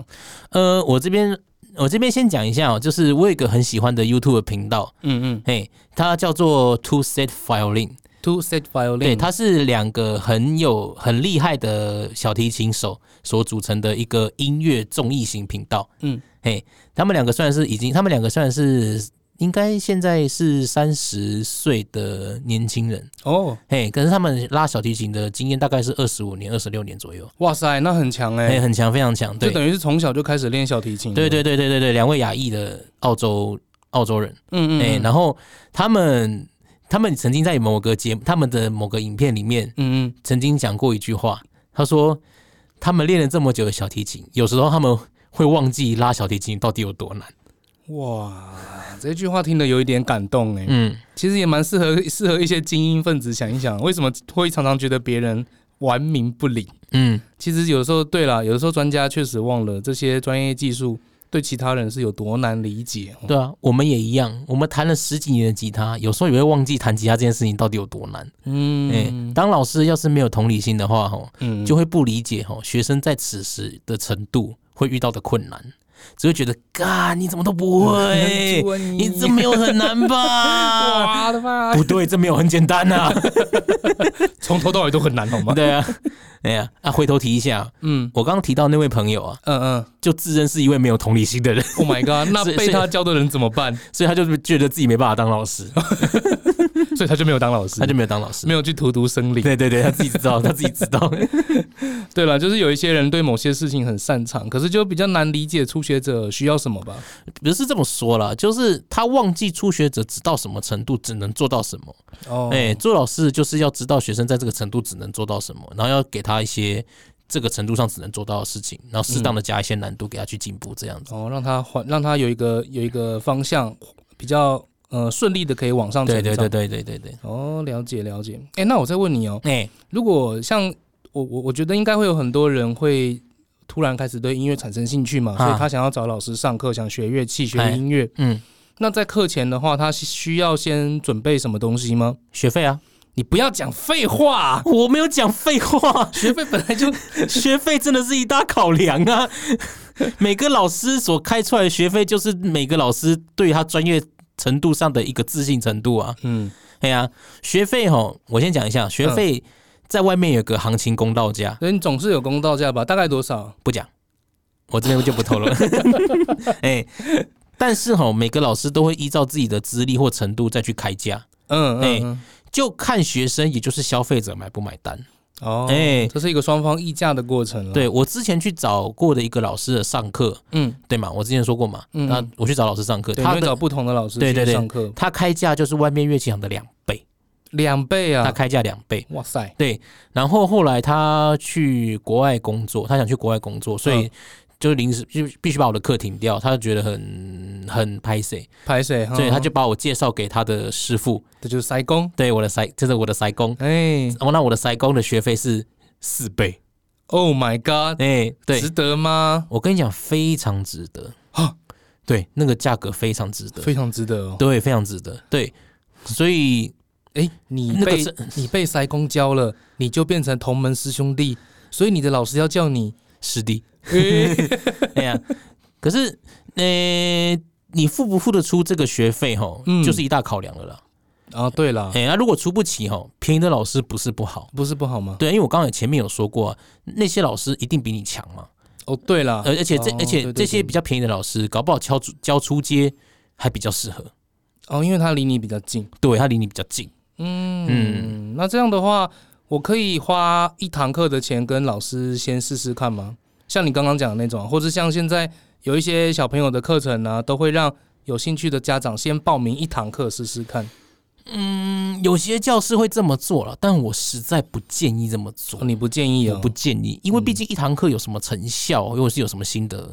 Speaker 1: 呃，我这边我这边先讲一下哦，就是我有一个很喜欢的 YouTube 频道，
Speaker 2: 嗯嗯
Speaker 1: 嘿，它叫做 Two Set Violin，
Speaker 2: ，two set violin，
Speaker 1: 对，它是两个很有很厉害的小提琴手所组成的一个音乐综艺型频道。
Speaker 2: 嗯
Speaker 1: 嘿，他们两个算是已经，他们两个算是应该现在是三十岁的年轻人，
Speaker 2: 哦，
Speaker 1: 嘿，可是他们拉小提琴的经验大概是二十五年、二十六年左右，
Speaker 2: 哇塞，那很强哎、
Speaker 1: 嘿，很强，非常强，
Speaker 2: 就
Speaker 1: 对，
Speaker 2: 等于是从小就开始练小提琴。
Speaker 1: 对，对对对对对，两位亚裔的澳洲澳洲人，
Speaker 2: 嗯嗯，
Speaker 1: 哎、
Speaker 2: 嗯
Speaker 1: 然后他们他们曾经在某个节目他们的某个影片里面
Speaker 2: 嗯嗯，
Speaker 1: 曾经讲过一句话，他说他们练了这么久的小提琴，有时候他们会忘记拉小提琴到底有多难。
Speaker 2: 嗯哇，这句话听得有一点感动哎、
Speaker 1: 嗯，
Speaker 2: 其实也蛮适合 [LAUGHS] 适合一些精英分子想一想，为什么会常常觉得别人玩民不理？
Speaker 1: 嗯，
Speaker 2: 其实有时候对啦，有时候专家确实忘了这些专业技术对其他人是有多难理解。
Speaker 1: 对啊，我们也一样，我们弹了十几年的吉他，有时候也会忘记弹吉他这件事情到底有多难。哎、
Speaker 2: 嗯，
Speaker 1: 当老师要是没有同理心的话，吼，
Speaker 2: 嗯
Speaker 1: 就会不理解吼学生在此时的程度会遇到的困难。只会觉得，嘎，你怎么都不会，哎 [LAUGHS] 你这没有很难 [LAUGHS] 吧？
Speaker 2: 哇的妈，
Speaker 1: 不对，这没有很简单呐、
Speaker 2: 从头到尾都很难，好吗？
Speaker 1: [LAUGHS] 对啊，哎呀，啊，回头提一下，
Speaker 2: 嗯
Speaker 1: 我刚刚提到那位朋友啊，
Speaker 2: 嗯嗯
Speaker 1: 就自认是一位没有同理心的人， [LAUGHS]
Speaker 2: ，Oh my god，那
Speaker 1: 所以
Speaker 2: 被他教的人怎么
Speaker 1: [LAUGHS]
Speaker 2: 办？
Speaker 1: 所以他就是觉得自己没办法当老
Speaker 2: [LAUGHS]
Speaker 1: 师，
Speaker 2: 所以他就没有当老师，
Speaker 1: 他就没有当老师
Speaker 2: 没。有去荼毒生灵。
Speaker 1: [LAUGHS] 对对对，他自己知道，他自己知
Speaker 2: [LAUGHS]
Speaker 1: 道。
Speaker 2: 对了，就是有一些人对某些事情很擅长，可是就比较难理解初学者需要什么吧。
Speaker 1: 不是这么说啦，就是他忘记初学者只到什么程度，只能做到什么。
Speaker 2: 哦
Speaker 1: 哎、做老师就是要知道学生在这个程度只能做到什么，然后要给他一些这个程度上只能做到的事情，然后适当的加一些难度给他去进步，这样子。
Speaker 2: 哦，让他缓，让他有一个有一个方向，比较呃顺利的可以往上成
Speaker 1: 对
Speaker 2: 长。
Speaker 1: 对对对对对对。
Speaker 2: 哦，了解了解。哎，那我再问你哦，
Speaker 1: 哎、
Speaker 2: 如果像我我我觉得应该会有很多人会突然开始对音乐产生兴趣嘛，
Speaker 1: 啊
Speaker 2: 所以他想要找老师上课，想学乐器、学
Speaker 1: 哎
Speaker 2: 音乐。
Speaker 1: 嗯，
Speaker 2: 那在课前的话，他需要先准备什么东西吗？
Speaker 1: 学费啊，
Speaker 2: 你不要讲废话，
Speaker 1: [LAUGHS] 我没有讲废话，
Speaker 2: 学费本来就
Speaker 1: 学费真的是一大考量啊。 [LAUGHS] 每个老师所开出来的学费，就是每个老师对于他专业程度上的一个自信程度啊。
Speaker 2: 嗯
Speaker 1: 哎呀、学费吼，我先讲一下，学费在外面有个行情公道价，
Speaker 2: 所以你总是有公道价吧？大概多少？
Speaker 1: 不讲，我这边就不透露了。 [LAUGHS] 哎、但是吼，每个老师都会依照自己的资历或程度再去开价，
Speaker 2: 嗯
Speaker 1: 哎
Speaker 2: 嗯嗯，
Speaker 1: 就看学生，也就是消费者买不买单。
Speaker 2: 哦，
Speaker 1: 哎
Speaker 2: 这是一个双方议价的过程了。，
Speaker 1: 对我之前去找过的一个老师的上课，
Speaker 2: 嗯，
Speaker 1: 对嘛？我之前说过嘛，
Speaker 2: 嗯
Speaker 1: 那我去找老师上课，
Speaker 2: 对，你
Speaker 1: 他
Speaker 2: 会找
Speaker 1: 的
Speaker 2: 不同的老师
Speaker 1: 对对
Speaker 2: 去
Speaker 1: 对
Speaker 2: 上课，
Speaker 1: 他开价就是外面乐器行的两倍，
Speaker 2: 两倍
Speaker 1: 他
Speaker 2: 啊！
Speaker 1: 开价两倍。
Speaker 2: 哇塞，
Speaker 1: 对，然后后来他去国外工作，他想去国外工作，所以
Speaker 2: 嗯
Speaker 1: 就临时就必须把我的课停掉，他就觉得很很拍谁，
Speaker 2: 排水，
Speaker 1: 所以他
Speaker 2: 嗯
Speaker 1: 就把我介绍给他的师傅，
Speaker 2: 这就是塞工。
Speaker 1: 对我的塞，这是我的塞工，
Speaker 2: 哎
Speaker 1: 哦，那我的塞工的学费是四倍，
Speaker 2: ，Oh my God，
Speaker 1: 哎、对
Speaker 2: 值，得吗？
Speaker 1: 我跟你讲，非常值得
Speaker 2: 啊，
Speaker 1: 对，那个价格非常值得，
Speaker 2: 非常值得哦。
Speaker 1: 对，非常值得，对，所以
Speaker 2: 哎，你
Speaker 1: 那个
Speaker 2: 被
Speaker 1: 是
Speaker 2: 你被塞工教了，你就变成同门师兄弟，所以你的老师要叫你。
Speaker 1: 师 [LAUGHS] 弟，
Speaker 2: 哎
Speaker 1: 哎呀，可是，呃、你付不付得出这个学费，吼，
Speaker 2: 嗯
Speaker 1: 就是一大考量了啦。
Speaker 2: 啊，对了，
Speaker 1: 哎、那、如果出不起吼，便宜的老师不是不好，
Speaker 2: 不是不好吗？
Speaker 1: 对，因为我刚才前面有说过、啊，那些老师一定比你强嘛，
Speaker 2: 哦，对了，
Speaker 1: 而而且这、
Speaker 2: 哦
Speaker 1: 而且
Speaker 2: 对对
Speaker 1: 这些
Speaker 2: 对
Speaker 1: 比较便宜的老师，搞不好教出教出街还比较适合，
Speaker 2: 哦，因为他离你比较近。
Speaker 1: 对他离你比较近，
Speaker 2: 嗯，那这样的话，我可以花一堂课的钱跟老师先试试看吗？像你刚刚讲的那种，啊或者像现在有一些小朋友的课程呢、都会让有兴趣的家长先报名一堂课试试看。
Speaker 1: 嗯，有些教师会这么做了，但我实在不建议这么做
Speaker 2: 哦，，你不建议
Speaker 1: 我
Speaker 2: 哦？
Speaker 1: 不建议，因为毕竟一堂课有什么成效，或者是有什么心得，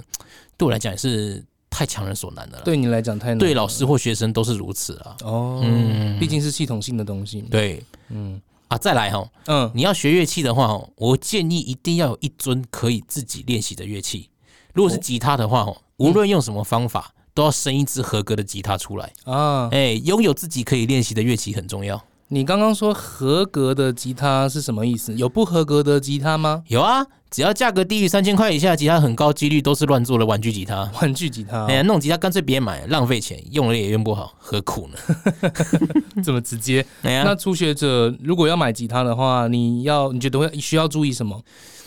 Speaker 1: 对我来讲也是太强人所难的了。
Speaker 2: 对你来讲太难了。
Speaker 1: 啊对老师或学生都是如此啊。
Speaker 2: 哦，
Speaker 1: 嗯
Speaker 2: 毕竟是系统性的东西。
Speaker 1: 对
Speaker 2: 嗯
Speaker 1: 啊，再来哈，
Speaker 2: 嗯，
Speaker 1: 你要学乐器的话哦，我建议一定要有一尊可以自己练习的乐器。如果是吉他的话哦，无论用什么方法，都要生一支合格的吉他出来。
Speaker 2: 啊，
Speaker 1: 哎，拥有自己可以练习的乐器很重要。
Speaker 2: 你刚刚说合格的吉他是什么意思？有不合格的吉他吗？
Speaker 1: 有啊，只要价格低于三千块以下的吉他，很高几率都是乱做的玩具吉他。
Speaker 2: 玩具吉他哦、
Speaker 1: 哎呀，那种吉他干脆别买，浪费钱，用了也用不好，何苦呢？
Speaker 2: 这么直接？
Speaker 1: [LAUGHS] 哎
Speaker 2: 那
Speaker 1: 呀，
Speaker 2: 初学者如果要买吉他的话，你要你觉得会需要注意什么？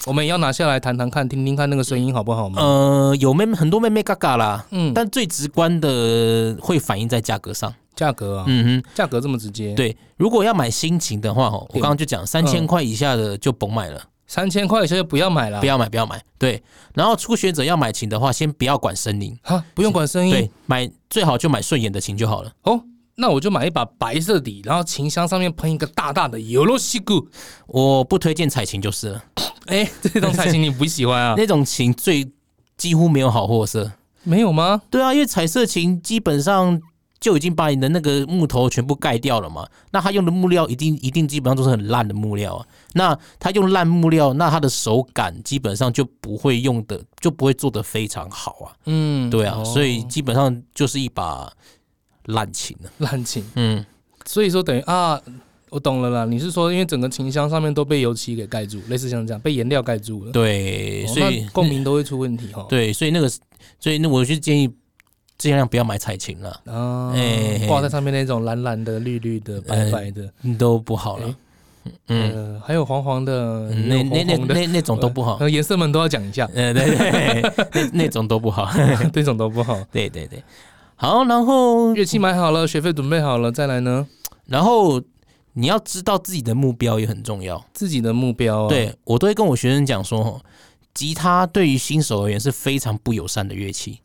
Speaker 2: 我们也要拿下来弹弹看，听听看那个声音好不好吗？
Speaker 1: 呃，有妹很多妹妹嘎嘎啦，
Speaker 2: 嗯，
Speaker 1: 但最直观的会反映在价格上。
Speaker 2: 价格啊，
Speaker 1: 嗯哼。
Speaker 2: 价格这么直接，，
Speaker 1: 对，如果要买新琴的话，哦，我
Speaker 2: 对
Speaker 1: 刚刚就讲三千块以下的就甭买了，
Speaker 2: 三千块以下就不要买了
Speaker 1: 不，要买，不要买。对，然后初学者要买琴的话，先不要管声音，
Speaker 2: 哈，不用管声音
Speaker 1: 对，买最好就买顺眼的琴就好了。
Speaker 2: 哦。那我就买一把白色底，然后琴箱上面喷一个大大的 y o l o s h i u
Speaker 1: 我不推荐彩琴就是了，
Speaker 2: 哎，这种彩琴你不喜欢
Speaker 1: [LAUGHS]
Speaker 2: 啊？
Speaker 1: 那种琴最几乎没有好货色。
Speaker 2: 没有吗？
Speaker 1: 对啊，因为彩色琴基本上。就已经把你的那个木头全部盖掉了嘛？那他用的木料一定一定基本上都是很烂的木料啊。那他用烂木料，那他的手感基本上就不会用的，就不会做的非常好啊。
Speaker 2: 嗯，
Speaker 1: 对啊，
Speaker 2: 哦
Speaker 1: 所以基本上就是一把烂琴了。啊
Speaker 2: 烂琴，
Speaker 1: 嗯，
Speaker 2: 所以说等于啊，我懂了啦，你是说因为整个琴箱上面都被油漆给盖住，类似像这样被颜料盖住了，
Speaker 1: 对，
Speaker 2: 哦
Speaker 1: 所以
Speaker 2: 那共鸣都会出问题哈。
Speaker 1: 对，所以那个，所以那我就建议尽量不要买彩琴了，
Speaker 2: 啊
Speaker 1: 哎，
Speaker 2: 挂在上面那种蓝蓝的、绿绿的、白
Speaker 1: 呃
Speaker 2: 白的，
Speaker 1: 都不好了
Speaker 2: 哎。
Speaker 1: 嗯，
Speaker 2: 呃，还有黄黄的，
Speaker 1: 嗯那那
Speaker 2: 也有
Speaker 1: 那
Speaker 2: 红红的
Speaker 1: 那那种都不好。，
Speaker 2: 呃颜色们都要讲一下
Speaker 1: [LAUGHS] 呃，对对，对那那种都不好。 [LAUGHS]
Speaker 2: 这种都不好。
Speaker 1: 对对对，好，然后
Speaker 2: 乐器买好了，学费准备好了，再来呢，
Speaker 1: 然后你要知道自己的目标也很重要。
Speaker 2: 自己的目标啊。，
Speaker 1: 对我都会跟我学生讲说，吼吉他对于新手而言是非常不友善的乐器。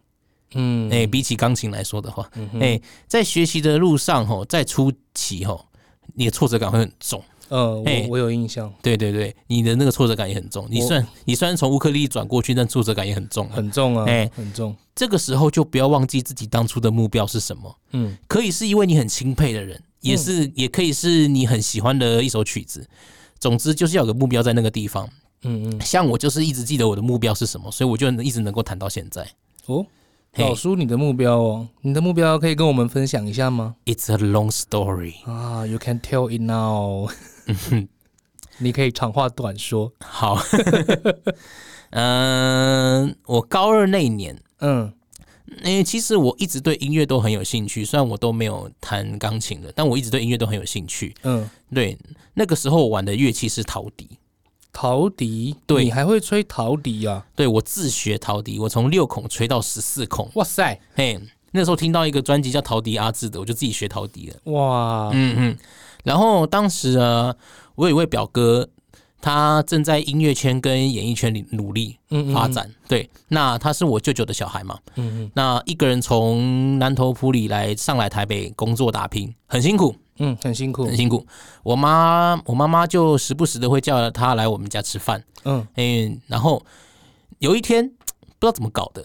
Speaker 2: 嗯，
Speaker 1: 哎、比起钢琴来说的话，
Speaker 2: 嗯
Speaker 1: 哎、
Speaker 2: 哼，
Speaker 1: 在学习的路上吼，在初期吼，你的挫折感会很重。
Speaker 2: 呃，
Speaker 1: 哎
Speaker 2: 我我有印象，
Speaker 1: 对对对，你的那个挫折感也很重。你
Speaker 2: 我
Speaker 1: 虽然你虽然从乌克丽丽转过去，但挫折感也很重、啊。
Speaker 2: 很重啊，
Speaker 1: 哎
Speaker 2: 很重。
Speaker 1: 这个时候就不要忘记自己当初的目标是什么，
Speaker 2: 嗯
Speaker 1: 可以是一位你很钦佩的人，也是、也可以是你很喜欢的一首曲子。总之就是要有个目标在那个地方。
Speaker 2: 嗯嗯，
Speaker 1: 像我就是一直记得我的目标是什么，所以我就一直能够谈到现在。
Speaker 2: 哦，
Speaker 1: 嘿
Speaker 2: 老叔，你的目标哦，你的目标可以跟我们分享一下吗？
Speaker 1: It's a long story。
Speaker 2: 啊，You can tell it
Speaker 1: [LAUGHS]
Speaker 2: now，你可以长话短说。
Speaker 1: 好， [LAUGHS] 嗯、我高二那一年，
Speaker 2: 嗯
Speaker 1: 因为其实我一直对音乐都很有兴趣，虽然我都没有弹钢琴了，但我一直对音乐都很有兴趣。
Speaker 2: 嗯，
Speaker 1: 对，那个时候我玩的乐器是陶笛，
Speaker 2: 陶笛，
Speaker 1: 对
Speaker 2: 你还会吹陶笛啊？
Speaker 1: 对我自学陶笛，我从六孔吹到十四孔。
Speaker 2: 哇塞，
Speaker 1: 嘿，那时候听到一个专辑叫陶笛阿志的，我就自己学陶笛了。
Speaker 2: 哇，
Speaker 1: 嗯嗯，然后当时啊，我有一位表哥，他正在音乐圈跟演艺圈里努力
Speaker 2: 嗯
Speaker 1: 发，展。对，那他是我舅舅的小孩嘛，
Speaker 2: 嗯嗯
Speaker 1: 那一个人从南投埔里来上来台北工作打拼，很辛苦，
Speaker 2: 嗯，很辛苦
Speaker 1: 很，辛苦。我妈，我妈妈就时不时的会叫他来我们家吃饭。
Speaker 2: 嗯
Speaker 1: 嗯，然后有一天不知道怎么搞的，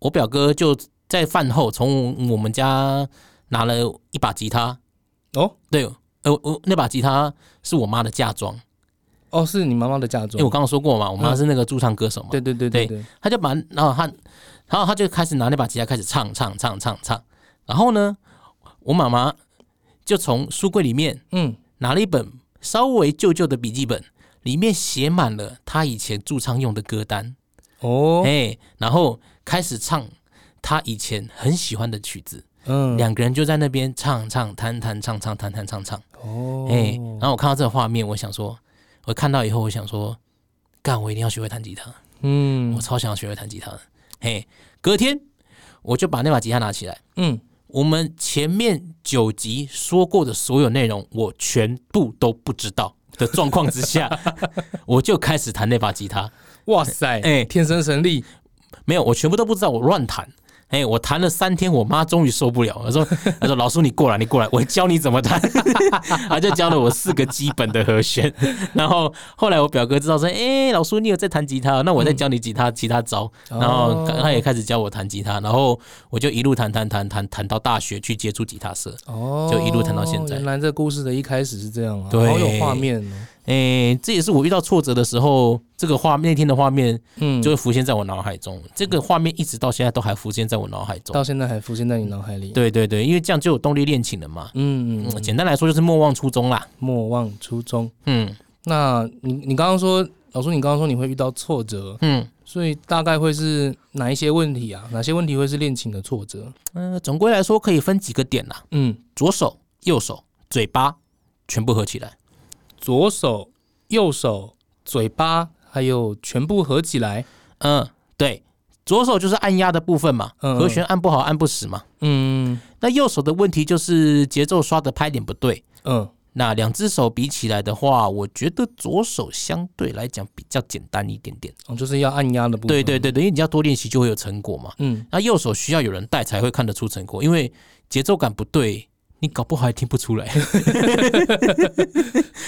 Speaker 1: 我表哥就在饭后从我们家拿了一把吉他。
Speaker 2: 哦
Speaker 1: 对，呃，我那把吉他是我妈的嫁妆，
Speaker 2: 哦，是你妈妈的嫁
Speaker 1: 因
Speaker 2: 妆
Speaker 1: 为我，刚刚说过嘛，我妈是那个驻唱歌手嘛。
Speaker 2: 对对对对对，
Speaker 1: 他就把，然后他，然后他就开始拿那把吉他开始唱唱唱唱唱，然后呢，我妈妈就从书柜里面
Speaker 2: 嗯，
Speaker 1: 拿了一本稍微旧旧的笔记本，里面写满了她以前驻唱用的歌单，哎、
Speaker 2: 哦，
Speaker 1: 然后开始唱她以前很喜欢的曲子，
Speaker 2: 嗯，
Speaker 1: 两个人就在那边唱唱弹弹唱唱弹弹唱唱，
Speaker 2: 哦，
Speaker 1: 哎、然后我看到这个画面，我想说，我看到以后我想说，干，我一定要学会弹吉他。
Speaker 2: 嗯
Speaker 1: 我超想学会弹吉他的。嘿，隔天我就把那把吉他拿起来。
Speaker 2: 嗯，
Speaker 1: 我们前面九集说过的所有内容，我全部都不知道的状况
Speaker 2: [LAUGHS]
Speaker 1: 之下，我就开始弹那把吉他。
Speaker 2: 哇塞，
Speaker 1: 哎
Speaker 2: 天生神力，
Speaker 1: 没有，我全部都不知道，我乱弹。哎，我弹了三天，我妈终于受不了，她说：“ [LAUGHS] 她说老叔，你过来，你过来，我教你怎么弹。” [LAUGHS] 她就教了我四个基本的和弦。然后后来我表哥知道说：“哎，老叔，你有在弹吉他，那我再教你吉他、其他招。”然后
Speaker 2: 哦
Speaker 1: 他也开始教我弹吉他，然后我就一路弹弹弹弹弹到大学去接触吉他社。
Speaker 2: 哦，
Speaker 1: 就一路谈到现在
Speaker 2: 原来这故事的一开始是这样啊，
Speaker 1: 对
Speaker 2: 好有画面哦。
Speaker 1: 诶，哎这也是我遇到挫折的时候，这个画那天的画面
Speaker 2: 嗯，
Speaker 1: 就会浮现在我脑海中。这个画面一直到现在都还浮现在我脑海中
Speaker 2: 到。现在还浮现在你脑海里。，
Speaker 1: 对对对，因为这样就有动力练琴了嘛。
Speaker 2: 嗯嗯，
Speaker 1: 嗯，简单来说就是莫忘初衷啦。
Speaker 2: 莫忘初衷。
Speaker 1: 嗯
Speaker 2: 那你你刚刚说，老叔，你刚刚说你会遇到挫折，
Speaker 1: 嗯，
Speaker 2: 所以大概会是哪一些问题啊？哪些问题会是恋情的挫折？
Speaker 1: 呃，总归来说可以分几个点啦：
Speaker 2: 嗯，
Speaker 1: 左手、右手、嘴巴，全部合起来。
Speaker 2: 左手、右手、嘴巴，还有全部合起来。
Speaker 1: 嗯，对，左手就是按压的部分嘛，
Speaker 2: 嗯嗯
Speaker 1: 和弦按不好，按不实嘛。
Speaker 2: 嗯
Speaker 1: 那右手的问题就是节奏刷的拍点不对。
Speaker 2: 嗯，
Speaker 1: 那两只手比起来的话，我觉得左手相对来讲比较简单一点点。
Speaker 2: 哦，就是要按压的部分。
Speaker 1: 对对，对对，因为你要多练习就会有成果嘛。
Speaker 2: 嗯，
Speaker 1: 那右手需要有人带才会看得出成果，因为节奏感不对，你搞不好还听不出来。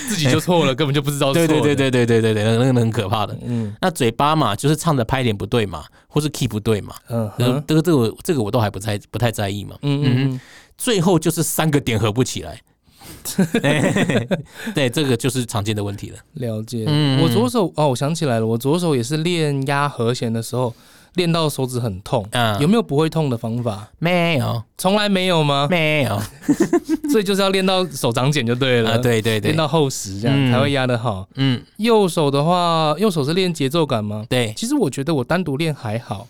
Speaker 2: 自己就错
Speaker 1: [LAUGHS]
Speaker 2: 了，根本就不知道
Speaker 1: 对对对
Speaker 2: 对，
Speaker 1: 对对对对对，那个很可怕的。
Speaker 2: 嗯
Speaker 1: 那嘴巴嘛，就是唱的拍点不对嘛，或是 key 不对嘛，
Speaker 2: 嗯
Speaker 1: 这
Speaker 2: 嗯
Speaker 1: 个这个我这个我都还不太不太在意嘛。
Speaker 2: 嗯嗯，
Speaker 1: 最后就是三个点合不起来，对，这个就是常见的问题了。
Speaker 2: 了解。
Speaker 1: 嗯
Speaker 2: 我左手哦，我想起来了，我左手也是练压和弦的时候，练到手指很痛，
Speaker 1: 嗯，
Speaker 2: 有没有不会痛的方法？
Speaker 1: 没有
Speaker 2: 从来没有吗？
Speaker 1: 没有 [LAUGHS]
Speaker 2: 所以就是要练到手长茧就对了，
Speaker 1: 啊，，对对对
Speaker 2: 练，到厚实这样、
Speaker 1: 嗯
Speaker 2: 才会压得好。
Speaker 1: 嗯，
Speaker 2: 右手的话，右手是练节奏感吗？
Speaker 1: 对，
Speaker 2: 其实我觉得我单独练还好，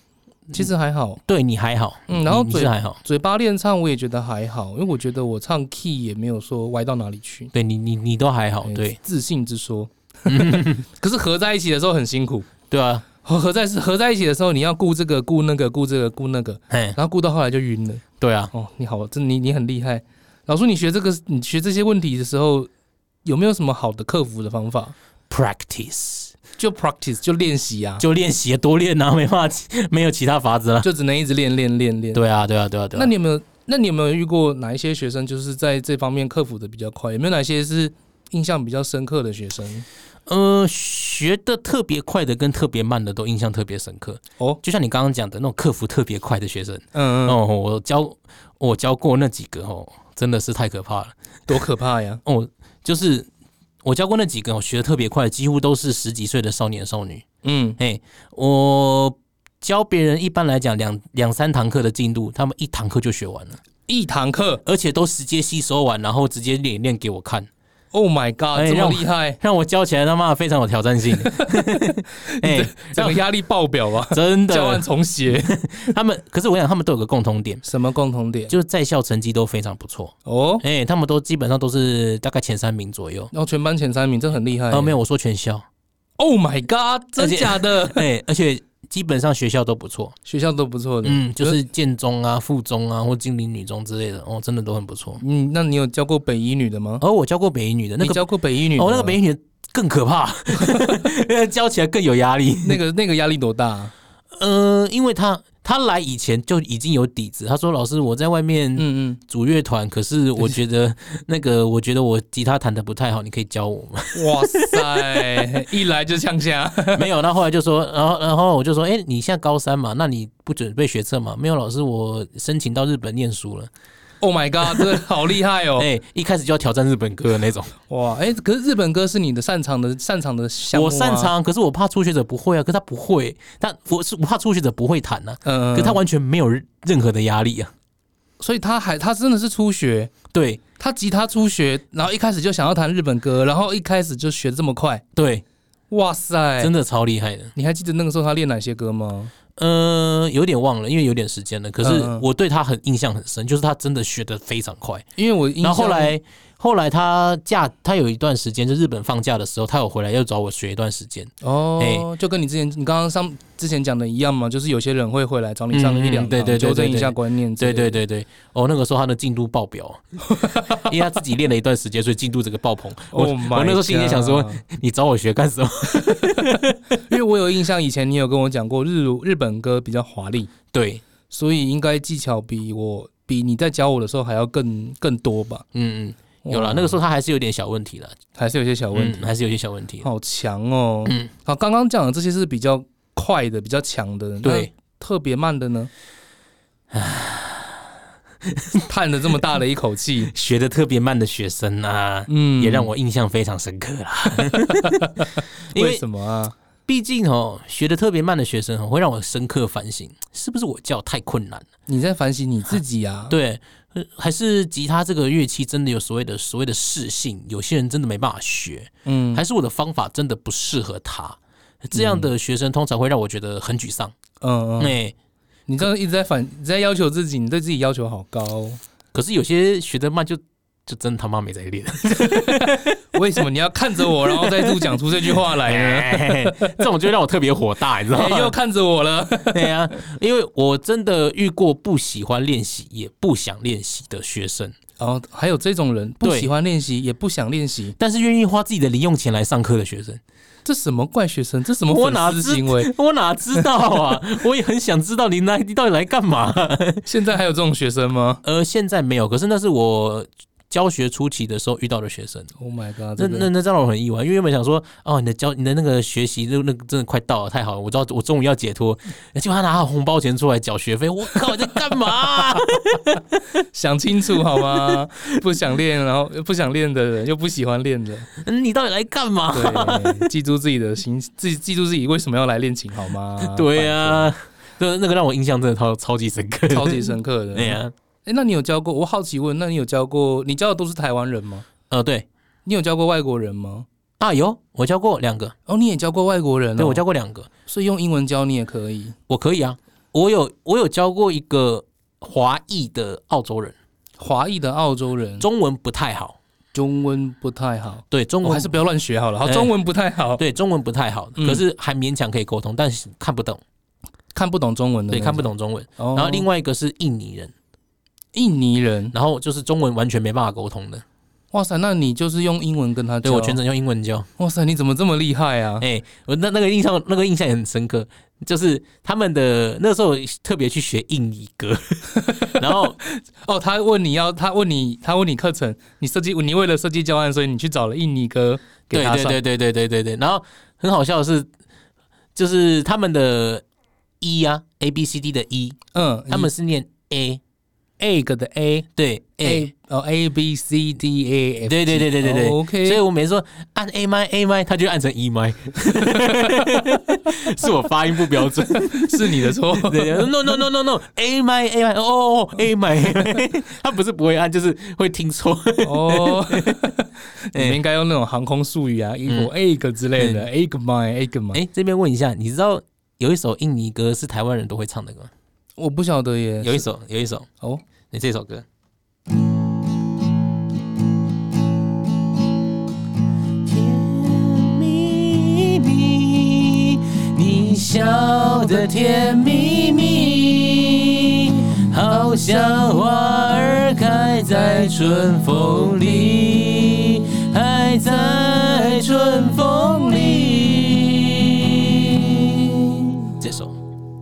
Speaker 1: 嗯
Speaker 2: 其实还好。
Speaker 1: 对你还好，
Speaker 2: 嗯然后
Speaker 1: 你你
Speaker 2: 嘴
Speaker 1: 是还好，
Speaker 2: 嘴巴练唱我也觉得还好，因为我觉得我唱 key 也没有说歪到哪里去。
Speaker 1: 对你你你都还好，
Speaker 2: 哎
Speaker 1: 哦对
Speaker 2: 自信之
Speaker 1: [LAUGHS]
Speaker 2: 说。可是合在一起的时候很辛苦，哦
Speaker 1: 对啊，
Speaker 2: 合合在合在一起的时候，你要顾这个顾那个顾这个顾那个，
Speaker 1: 嘿，
Speaker 2: 然后顾到后来就晕了。
Speaker 1: 对啊，
Speaker 2: 哦，你好，真的你你很厉害。老叔，你学这个你学这些问题的时候，有没有什么好的克服的方法？
Speaker 1: practice
Speaker 2: 就 practice 就练习啊，
Speaker 1: 就练习多练啊， [LAUGHS] 没办法，没有其他法子了。
Speaker 2: 就只能一直练练练练。
Speaker 1: 对啊，对啊，对啊，对啊。
Speaker 2: 那你有没有？那你有没有遇过哪一些学生就是在这方面克服的比较快？有没有哪些是印象比较深刻的学生？
Speaker 1: 呃，学的特别快的跟特别慢的都印象特别深刻。
Speaker 2: 哦，
Speaker 1: 就像你刚刚讲的那种克服特别快的学生，
Speaker 2: 嗯，嗯
Speaker 1: 哦，我教我教过那几个哦，真的是太可怕了。
Speaker 2: 多可怕呀！
Speaker 1: 哦，就是我教过那几个，哦我学的特别快，几乎都是十几岁的少年少女。
Speaker 2: 嗯，
Speaker 1: 嘿，我教别人一般来讲两两三堂课的进度，他们一堂课就学完了，
Speaker 2: 一堂课
Speaker 1: 而且都直接吸收完，然后直接演练给我看，
Speaker 2: ，Oh my God，
Speaker 1: 哎
Speaker 2: 这么
Speaker 1: 让我
Speaker 2: 厉害，
Speaker 1: [LAUGHS] 让我教起来他妈的非常有挑
Speaker 2: [LAUGHS]
Speaker 1: 战性。哎，
Speaker 2: 整个压力爆表啊！
Speaker 1: [LAUGHS] 真
Speaker 2: 教完
Speaker 1: 的，
Speaker 2: 重写，
Speaker 1: 他们可是我想他们都有个共同点，
Speaker 2: 什么共同点？
Speaker 1: 就是在校成绩都非常不错。
Speaker 2: 哦，
Speaker 1: 哎、他们都基本上都是大概前三名左右。
Speaker 2: 然后全班前三名，这很厉害耶。
Speaker 1: 哦、没有，我说全校。
Speaker 2: Oh my God，真
Speaker 1: 而且
Speaker 2: 假的？
Speaker 1: 哎、而且基本上学校都不错。
Speaker 2: 学校都不错的。
Speaker 1: 嗯，就是建中啊、附中啊或金陵女中之类的，哦，真的都很不错。
Speaker 2: 嗯，那你有教过北一女的吗？
Speaker 1: 而、我教过北一女的哦那
Speaker 2: 你
Speaker 1: 个，
Speaker 2: 教过北一女的吗？
Speaker 1: 哦，那个北一女的更可怕， [LAUGHS] 教起来更有压力。
Speaker 2: 那个那个压力多大啊？
Speaker 1: 呃，因为她她来以前就已经有底子，她说老师我在外面
Speaker 2: 嗯
Speaker 1: 组乐团，可是我
Speaker 2: [LAUGHS]
Speaker 1: 觉得那个，我觉得我吉他弹的不太好，你可以教我
Speaker 2: [LAUGHS]
Speaker 1: 吗？
Speaker 2: 嗯，哇塞，一来就呛下。 [LAUGHS]
Speaker 1: 没有，那后来就说，呃然后然后我就说，哎、你现在高三嘛，那你不准备学测嘛？没有，老师，我申请到日本念书了。
Speaker 2: Oh my god，这个好厉害
Speaker 1: [LAUGHS] 哎、
Speaker 2: 哦！
Speaker 1: 一开始就要挑战日本歌的
Speaker 2: [LAUGHS]
Speaker 1: 那种，
Speaker 2: 哇，哎、可是日本歌是你的擅长的擅长的项目、
Speaker 1: 我擅，长，可是我怕初学者不会啊，可是他不会，他我是我怕初学者不会弹啊，
Speaker 2: 嗯、
Speaker 1: 可是他完全没有任何的压力啊。
Speaker 2: 所以他还他真的是初学，
Speaker 1: 对
Speaker 2: 他吉他初学，然后一开始就想要弹日本歌，然后一开始就学这么快，
Speaker 1: 对，
Speaker 2: 哇塞！
Speaker 1: 真的超厉害的。
Speaker 2: 你还记得那个时候他练哪些歌吗？
Speaker 1: 呃，有点忘了，因为有点时间了。可是
Speaker 2: 嗯嗯
Speaker 1: 我对他很印象很深，就是他真的学的非常快。
Speaker 2: 因为我印象
Speaker 1: 然后后来后来他假他有一段时间，就日本放假的时候，他有回来又找我学一段时间。
Speaker 2: 哦，
Speaker 1: 哎
Speaker 2: 就跟你之前你刚刚上之前讲的一样嘛，就是有些人会回来找你上
Speaker 1: 嗯
Speaker 2: 一两堂，
Speaker 1: 嗯对对对
Speaker 2: 纠正一
Speaker 1: 对
Speaker 2: 下
Speaker 1: 对
Speaker 2: 观念之类
Speaker 1: 对
Speaker 2: 的，
Speaker 1: 对对对，哦，那个时候他的进度
Speaker 2: [LAUGHS]
Speaker 1: 爆表，因为他自己练了一段时间，所以进度这个爆棚。我、
Speaker 2: [LAUGHS] Oh my
Speaker 1: 我那时候心里想说
Speaker 2: god，
Speaker 1: 你找我学干什么？
Speaker 2: [LAUGHS] 因为我有印象，以前你有跟我讲过日日本歌比较华丽，
Speaker 1: 对，
Speaker 2: 所以应该技巧比我比你在教我的时候还要更更多吧？
Speaker 1: 嗯嗯，有
Speaker 2: 哇
Speaker 1: 了。那个时候他还是有点小问题了，
Speaker 2: 还是有些小
Speaker 1: 小
Speaker 2: 问题，
Speaker 1: 还是有些小问题。
Speaker 2: 好强哦！
Speaker 1: 嗯
Speaker 2: 好，刚刚讲的这些是比较快的、比较强的，
Speaker 1: 对，，
Speaker 2: 特别慢的呢？叹了这么大的一口 [LAUGHS] 气，
Speaker 1: 学的特别慢的学生啊，
Speaker 2: 嗯
Speaker 1: 也让我印象非常深刻
Speaker 2: [LAUGHS]
Speaker 1: 啦。因
Speaker 2: 为
Speaker 1: 为
Speaker 2: 什么啊？
Speaker 1: 毕竟哦，学的特别慢的学生、哦、会让我深刻反省，是不是我教太困难了？
Speaker 2: 你在反省你自己啊？，
Speaker 1: [LAUGHS] 对，呃还是吉他这个乐器真的有所谓的所谓的适性，有些人真的没办法学。
Speaker 2: 嗯，
Speaker 1: 还是我的方法真的不适合他。这样的学生通常会让我觉得很沮丧。
Speaker 2: 嗯
Speaker 1: 哎、
Speaker 2: 嗯，你这样一直在反，你在要求自己，你对自己要求好高哦、
Speaker 1: 可是有些学得慢就就真他妈没在练，
Speaker 2: 为什么你要看着我，然后再度讲出这句话来
Speaker 1: [LAUGHS]
Speaker 2: 呢？
Speaker 1: 这种就让我特别火大，你知道
Speaker 2: 哎又
Speaker 1: 吗？
Speaker 2: 看着我
Speaker 1: [LAUGHS]
Speaker 2: 了，
Speaker 1: 对啊，因为我真的遇过不喜欢练习也不想练习的学生，
Speaker 2: 然后还有这种人，不
Speaker 1: 对
Speaker 2: 喜欢练习，也不想练习，
Speaker 1: 但是愿意花自己的零用钱来上课的学生， [LAUGHS]
Speaker 2: 这什么怪学生？这什么
Speaker 1: 我哪
Speaker 2: 粉丝
Speaker 1: 知
Speaker 2: 行为？
Speaker 1: 我哪知道 [LAUGHS] 啊？我也很想知道你来你到底来干嘛？
Speaker 2: 现在还有这种学生吗
Speaker 1: 呃，现在没有，可是那是我教学初期的时候遇到的学生。
Speaker 2: ？Oh my god！这
Speaker 1: 那
Speaker 2: 个
Speaker 1: 那那让我很意外，因为原本想说，哦，你的教你的那个学习那那个真的快到了，太好了，我知道我终于要解脱。
Speaker 2: 嗯
Speaker 1: 结果他拿红包钱出来缴学费，我靠，你在干
Speaker 2: [LAUGHS]
Speaker 1: 嘛？
Speaker 2: 想清楚好
Speaker 1: [LAUGHS]
Speaker 2: 吗？不想练，然后不想练的人，又不喜欢
Speaker 1: [LAUGHS]
Speaker 2: 练的，
Speaker 1: 嗯你到底来干嘛？
Speaker 2: 啊对，记住自己的心，记记住自己为什么要来练琴好吗？
Speaker 1: 对啊，
Speaker 2: 拜托，
Speaker 1: 那那个让我印象真的超超级深刻，
Speaker 2: 超级深刻
Speaker 1: [LAUGHS]
Speaker 2: 的。
Speaker 1: 对啊呀、
Speaker 2: 哎，那你有教过？我好奇问，那你有教过？你教的都是台湾人吗？
Speaker 1: 呃，对
Speaker 2: 你有教过外国人吗？
Speaker 1: 啊，有我教过两个，
Speaker 2: 哦，你也教过外国人、哦？
Speaker 1: 对我教，过两个，
Speaker 2: 所以用英文教你也可以。
Speaker 1: 我可以啊，我有我有教过一个华裔的澳洲人，
Speaker 2: 华裔的澳洲人
Speaker 1: 中文不太好，
Speaker 2: 中文不太好，
Speaker 1: 对中
Speaker 2: 我、哦
Speaker 1: 文
Speaker 2: 还是不要乱学好了。好，
Speaker 1: 哎
Speaker 2: 中文不太好，
Speaker 1: 对中文不太好，
Speaker 2: 嗯
Speaker 1: 可是还勉强可以沟通，但是看不懂，
Speaker 2: 看不懂中文的，
Speaker 1: 对看不。懂中文。
Speaker 2: 哦、
Speaker 1: 然后另
Speaker 2: 外
Speaker 1: 外一个是印尼人，
Speaker 2: 印尼人，
Speaker 1: 然后就是中文完全没办法沟通的，
Speaker 2: 啊哇塞，那你就是用英文跟他教？
Speaker 1: 对我全程用英文教。
Speaker 2: 哇塞，你怎么这么厉害啊？
Speaker 1: 哎、我那那个印象那个印象也很深刻，就是他们的那时候特别去学印尼
Speaker 2: [LAUGHS]
Speaker 1: 歌，然后
Speaker 2: 哦，他问你要，他问你，他问你课程，你设计，你为了设计教案，所以你去找了印尼歌给
Speaker 1: 对
Speaker 2: 他
Speaker 1: 对
Speaker 2: 上。
Speaker 1: 对对对对对对，然后很好笑的是，就是他们的 E 啊，A B C D 的 E，
Speaker 2: 嗯，
Speaker 1: 他们是念 A，
Speaker 2: egg 的 a
Speaker 1: 对 A，
Speaker 2: a 哦 a b c d E a f，
Speaker 1: 对对对对对对
Speaker 2: o k
Speaker 1: 所以我每次说按 A 麦 A 麦，他就按成 E 麦， [LAUGHS] 是我发音不标准。
Speaker 2: 是你的 [LAUGHS] 错。
Speaker 1: [LAUGHS] 对对，no no no no no，A 麦 A 麦，哦哦哦 A 麦， [LAUGHS] 他不是不会按，就是会听错。
Speaker 2: 哦，你
Speaker 1: 哎
Speaker 2: 们应该用那种航空术语啊，英国 egg 之类的，egg mine egg mine。
Speaker 1: [LAUGHS] 嗯哎，这边问一下，你知道有一首印尼歌是台湾人都会唱的歌吗？
Speaker 2: 我不晓得耶，
Speaker 1: 有一首，有一首，
Speaker 2: 哦，
Speaker 1: 你这首歌。甜蜜蜜，你笑得甜蜜蜜，好像花儿开在春风里，还在春风里。这首。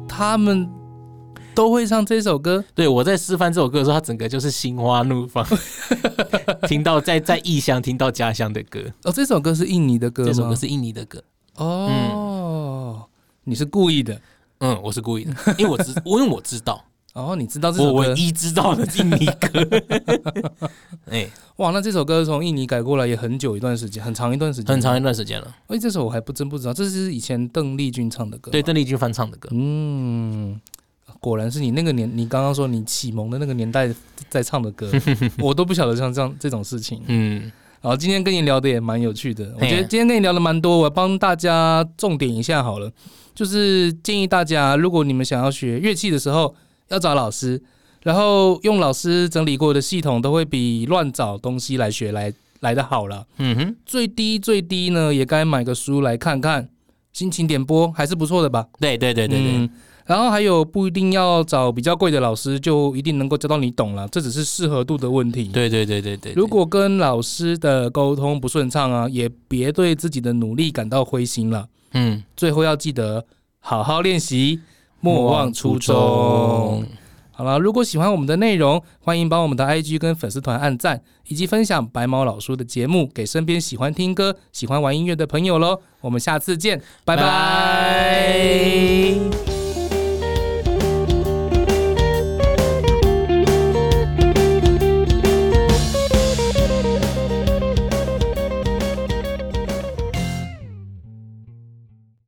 Speaker 2: 他们都会唱这首歌，
Speaker 1: 对，我在示范这首歌的时候，他整个就是心花
Speaker 2: [LAUGHS]
Speaker 1: 怒放，听到在在异乡听到家乡的歌，
Speaker 2: 哦，这首歌是印尼的歌吗？
Speaker 1: 这首歌是嗯印尼的歌。
Speaker 2: 哦，你是故意的。
Speaker 1: 嗯，我是故意的，因为我知， [LAUGHS] 我因为我知道，
Speaker 2: 哦，你知道这
Speaker 1: 我
Speaker 2: 首歌
Speaker 1: 唯一知道的印尼
Speaker 2: [LAUGHS]
Speaker 1: 歌。哎、
Speaker 2: 哇？那这首歌从印尼改过来也很久一段时间，很长一段时间，
Speaker 1: 很长一段时间了。
Speaker 2: 哎，这首我还不真不知道，这是以前邓丽君唱的歌。
Speaker 1: 对，，邓丽君翻唱的歌。
Speaker 2: 嗯，果然是你那个年，你刚刚说你启蒙的那个年代在唱的歌，我都不晓得像这样这种事情。
Speaker 1: 嗯，
Speaker 2: 好，今天跟你聊的也蛮有趣的，我
Speaker 1: 嘿
Speaker 2: 觉得今天跟你聊的蛮多，我帮大家重点一下好了，就是建议大家，如果你们想要学乐器的时候，要找老师，然后用老师整理过的系统，都会比乱找东西来学来来的好了。
Speaker 1: 嗯哼，
Speaker 2: 最低最低呢，也该买个书来看看，心情点播还是不错的吧。
Speaker 1: 对对对对对，
Speaker 2: 嗯然后还有不一定要找比较贵的老师，就一定能够教到你懂了，这只是适合度的问题。
Speaker 1: 对对对对对。
Speaker 2: 如果跟老师的沟通不顺畅啊，也别对自己的努力感到灰心了。
Speaker 1: 嗯，
Speaker 2: 最后要记得好好练习，莫忘初衷。，好了，如果喜欢我们的内容，欢迎帮我们的 IG 跟粉丝团按赞，以及分享白毛老叔的节目给身边喜欢听歌、喜欢玩音乐的朋友喽。我们下次见，拜拜
Speaker 1: 拜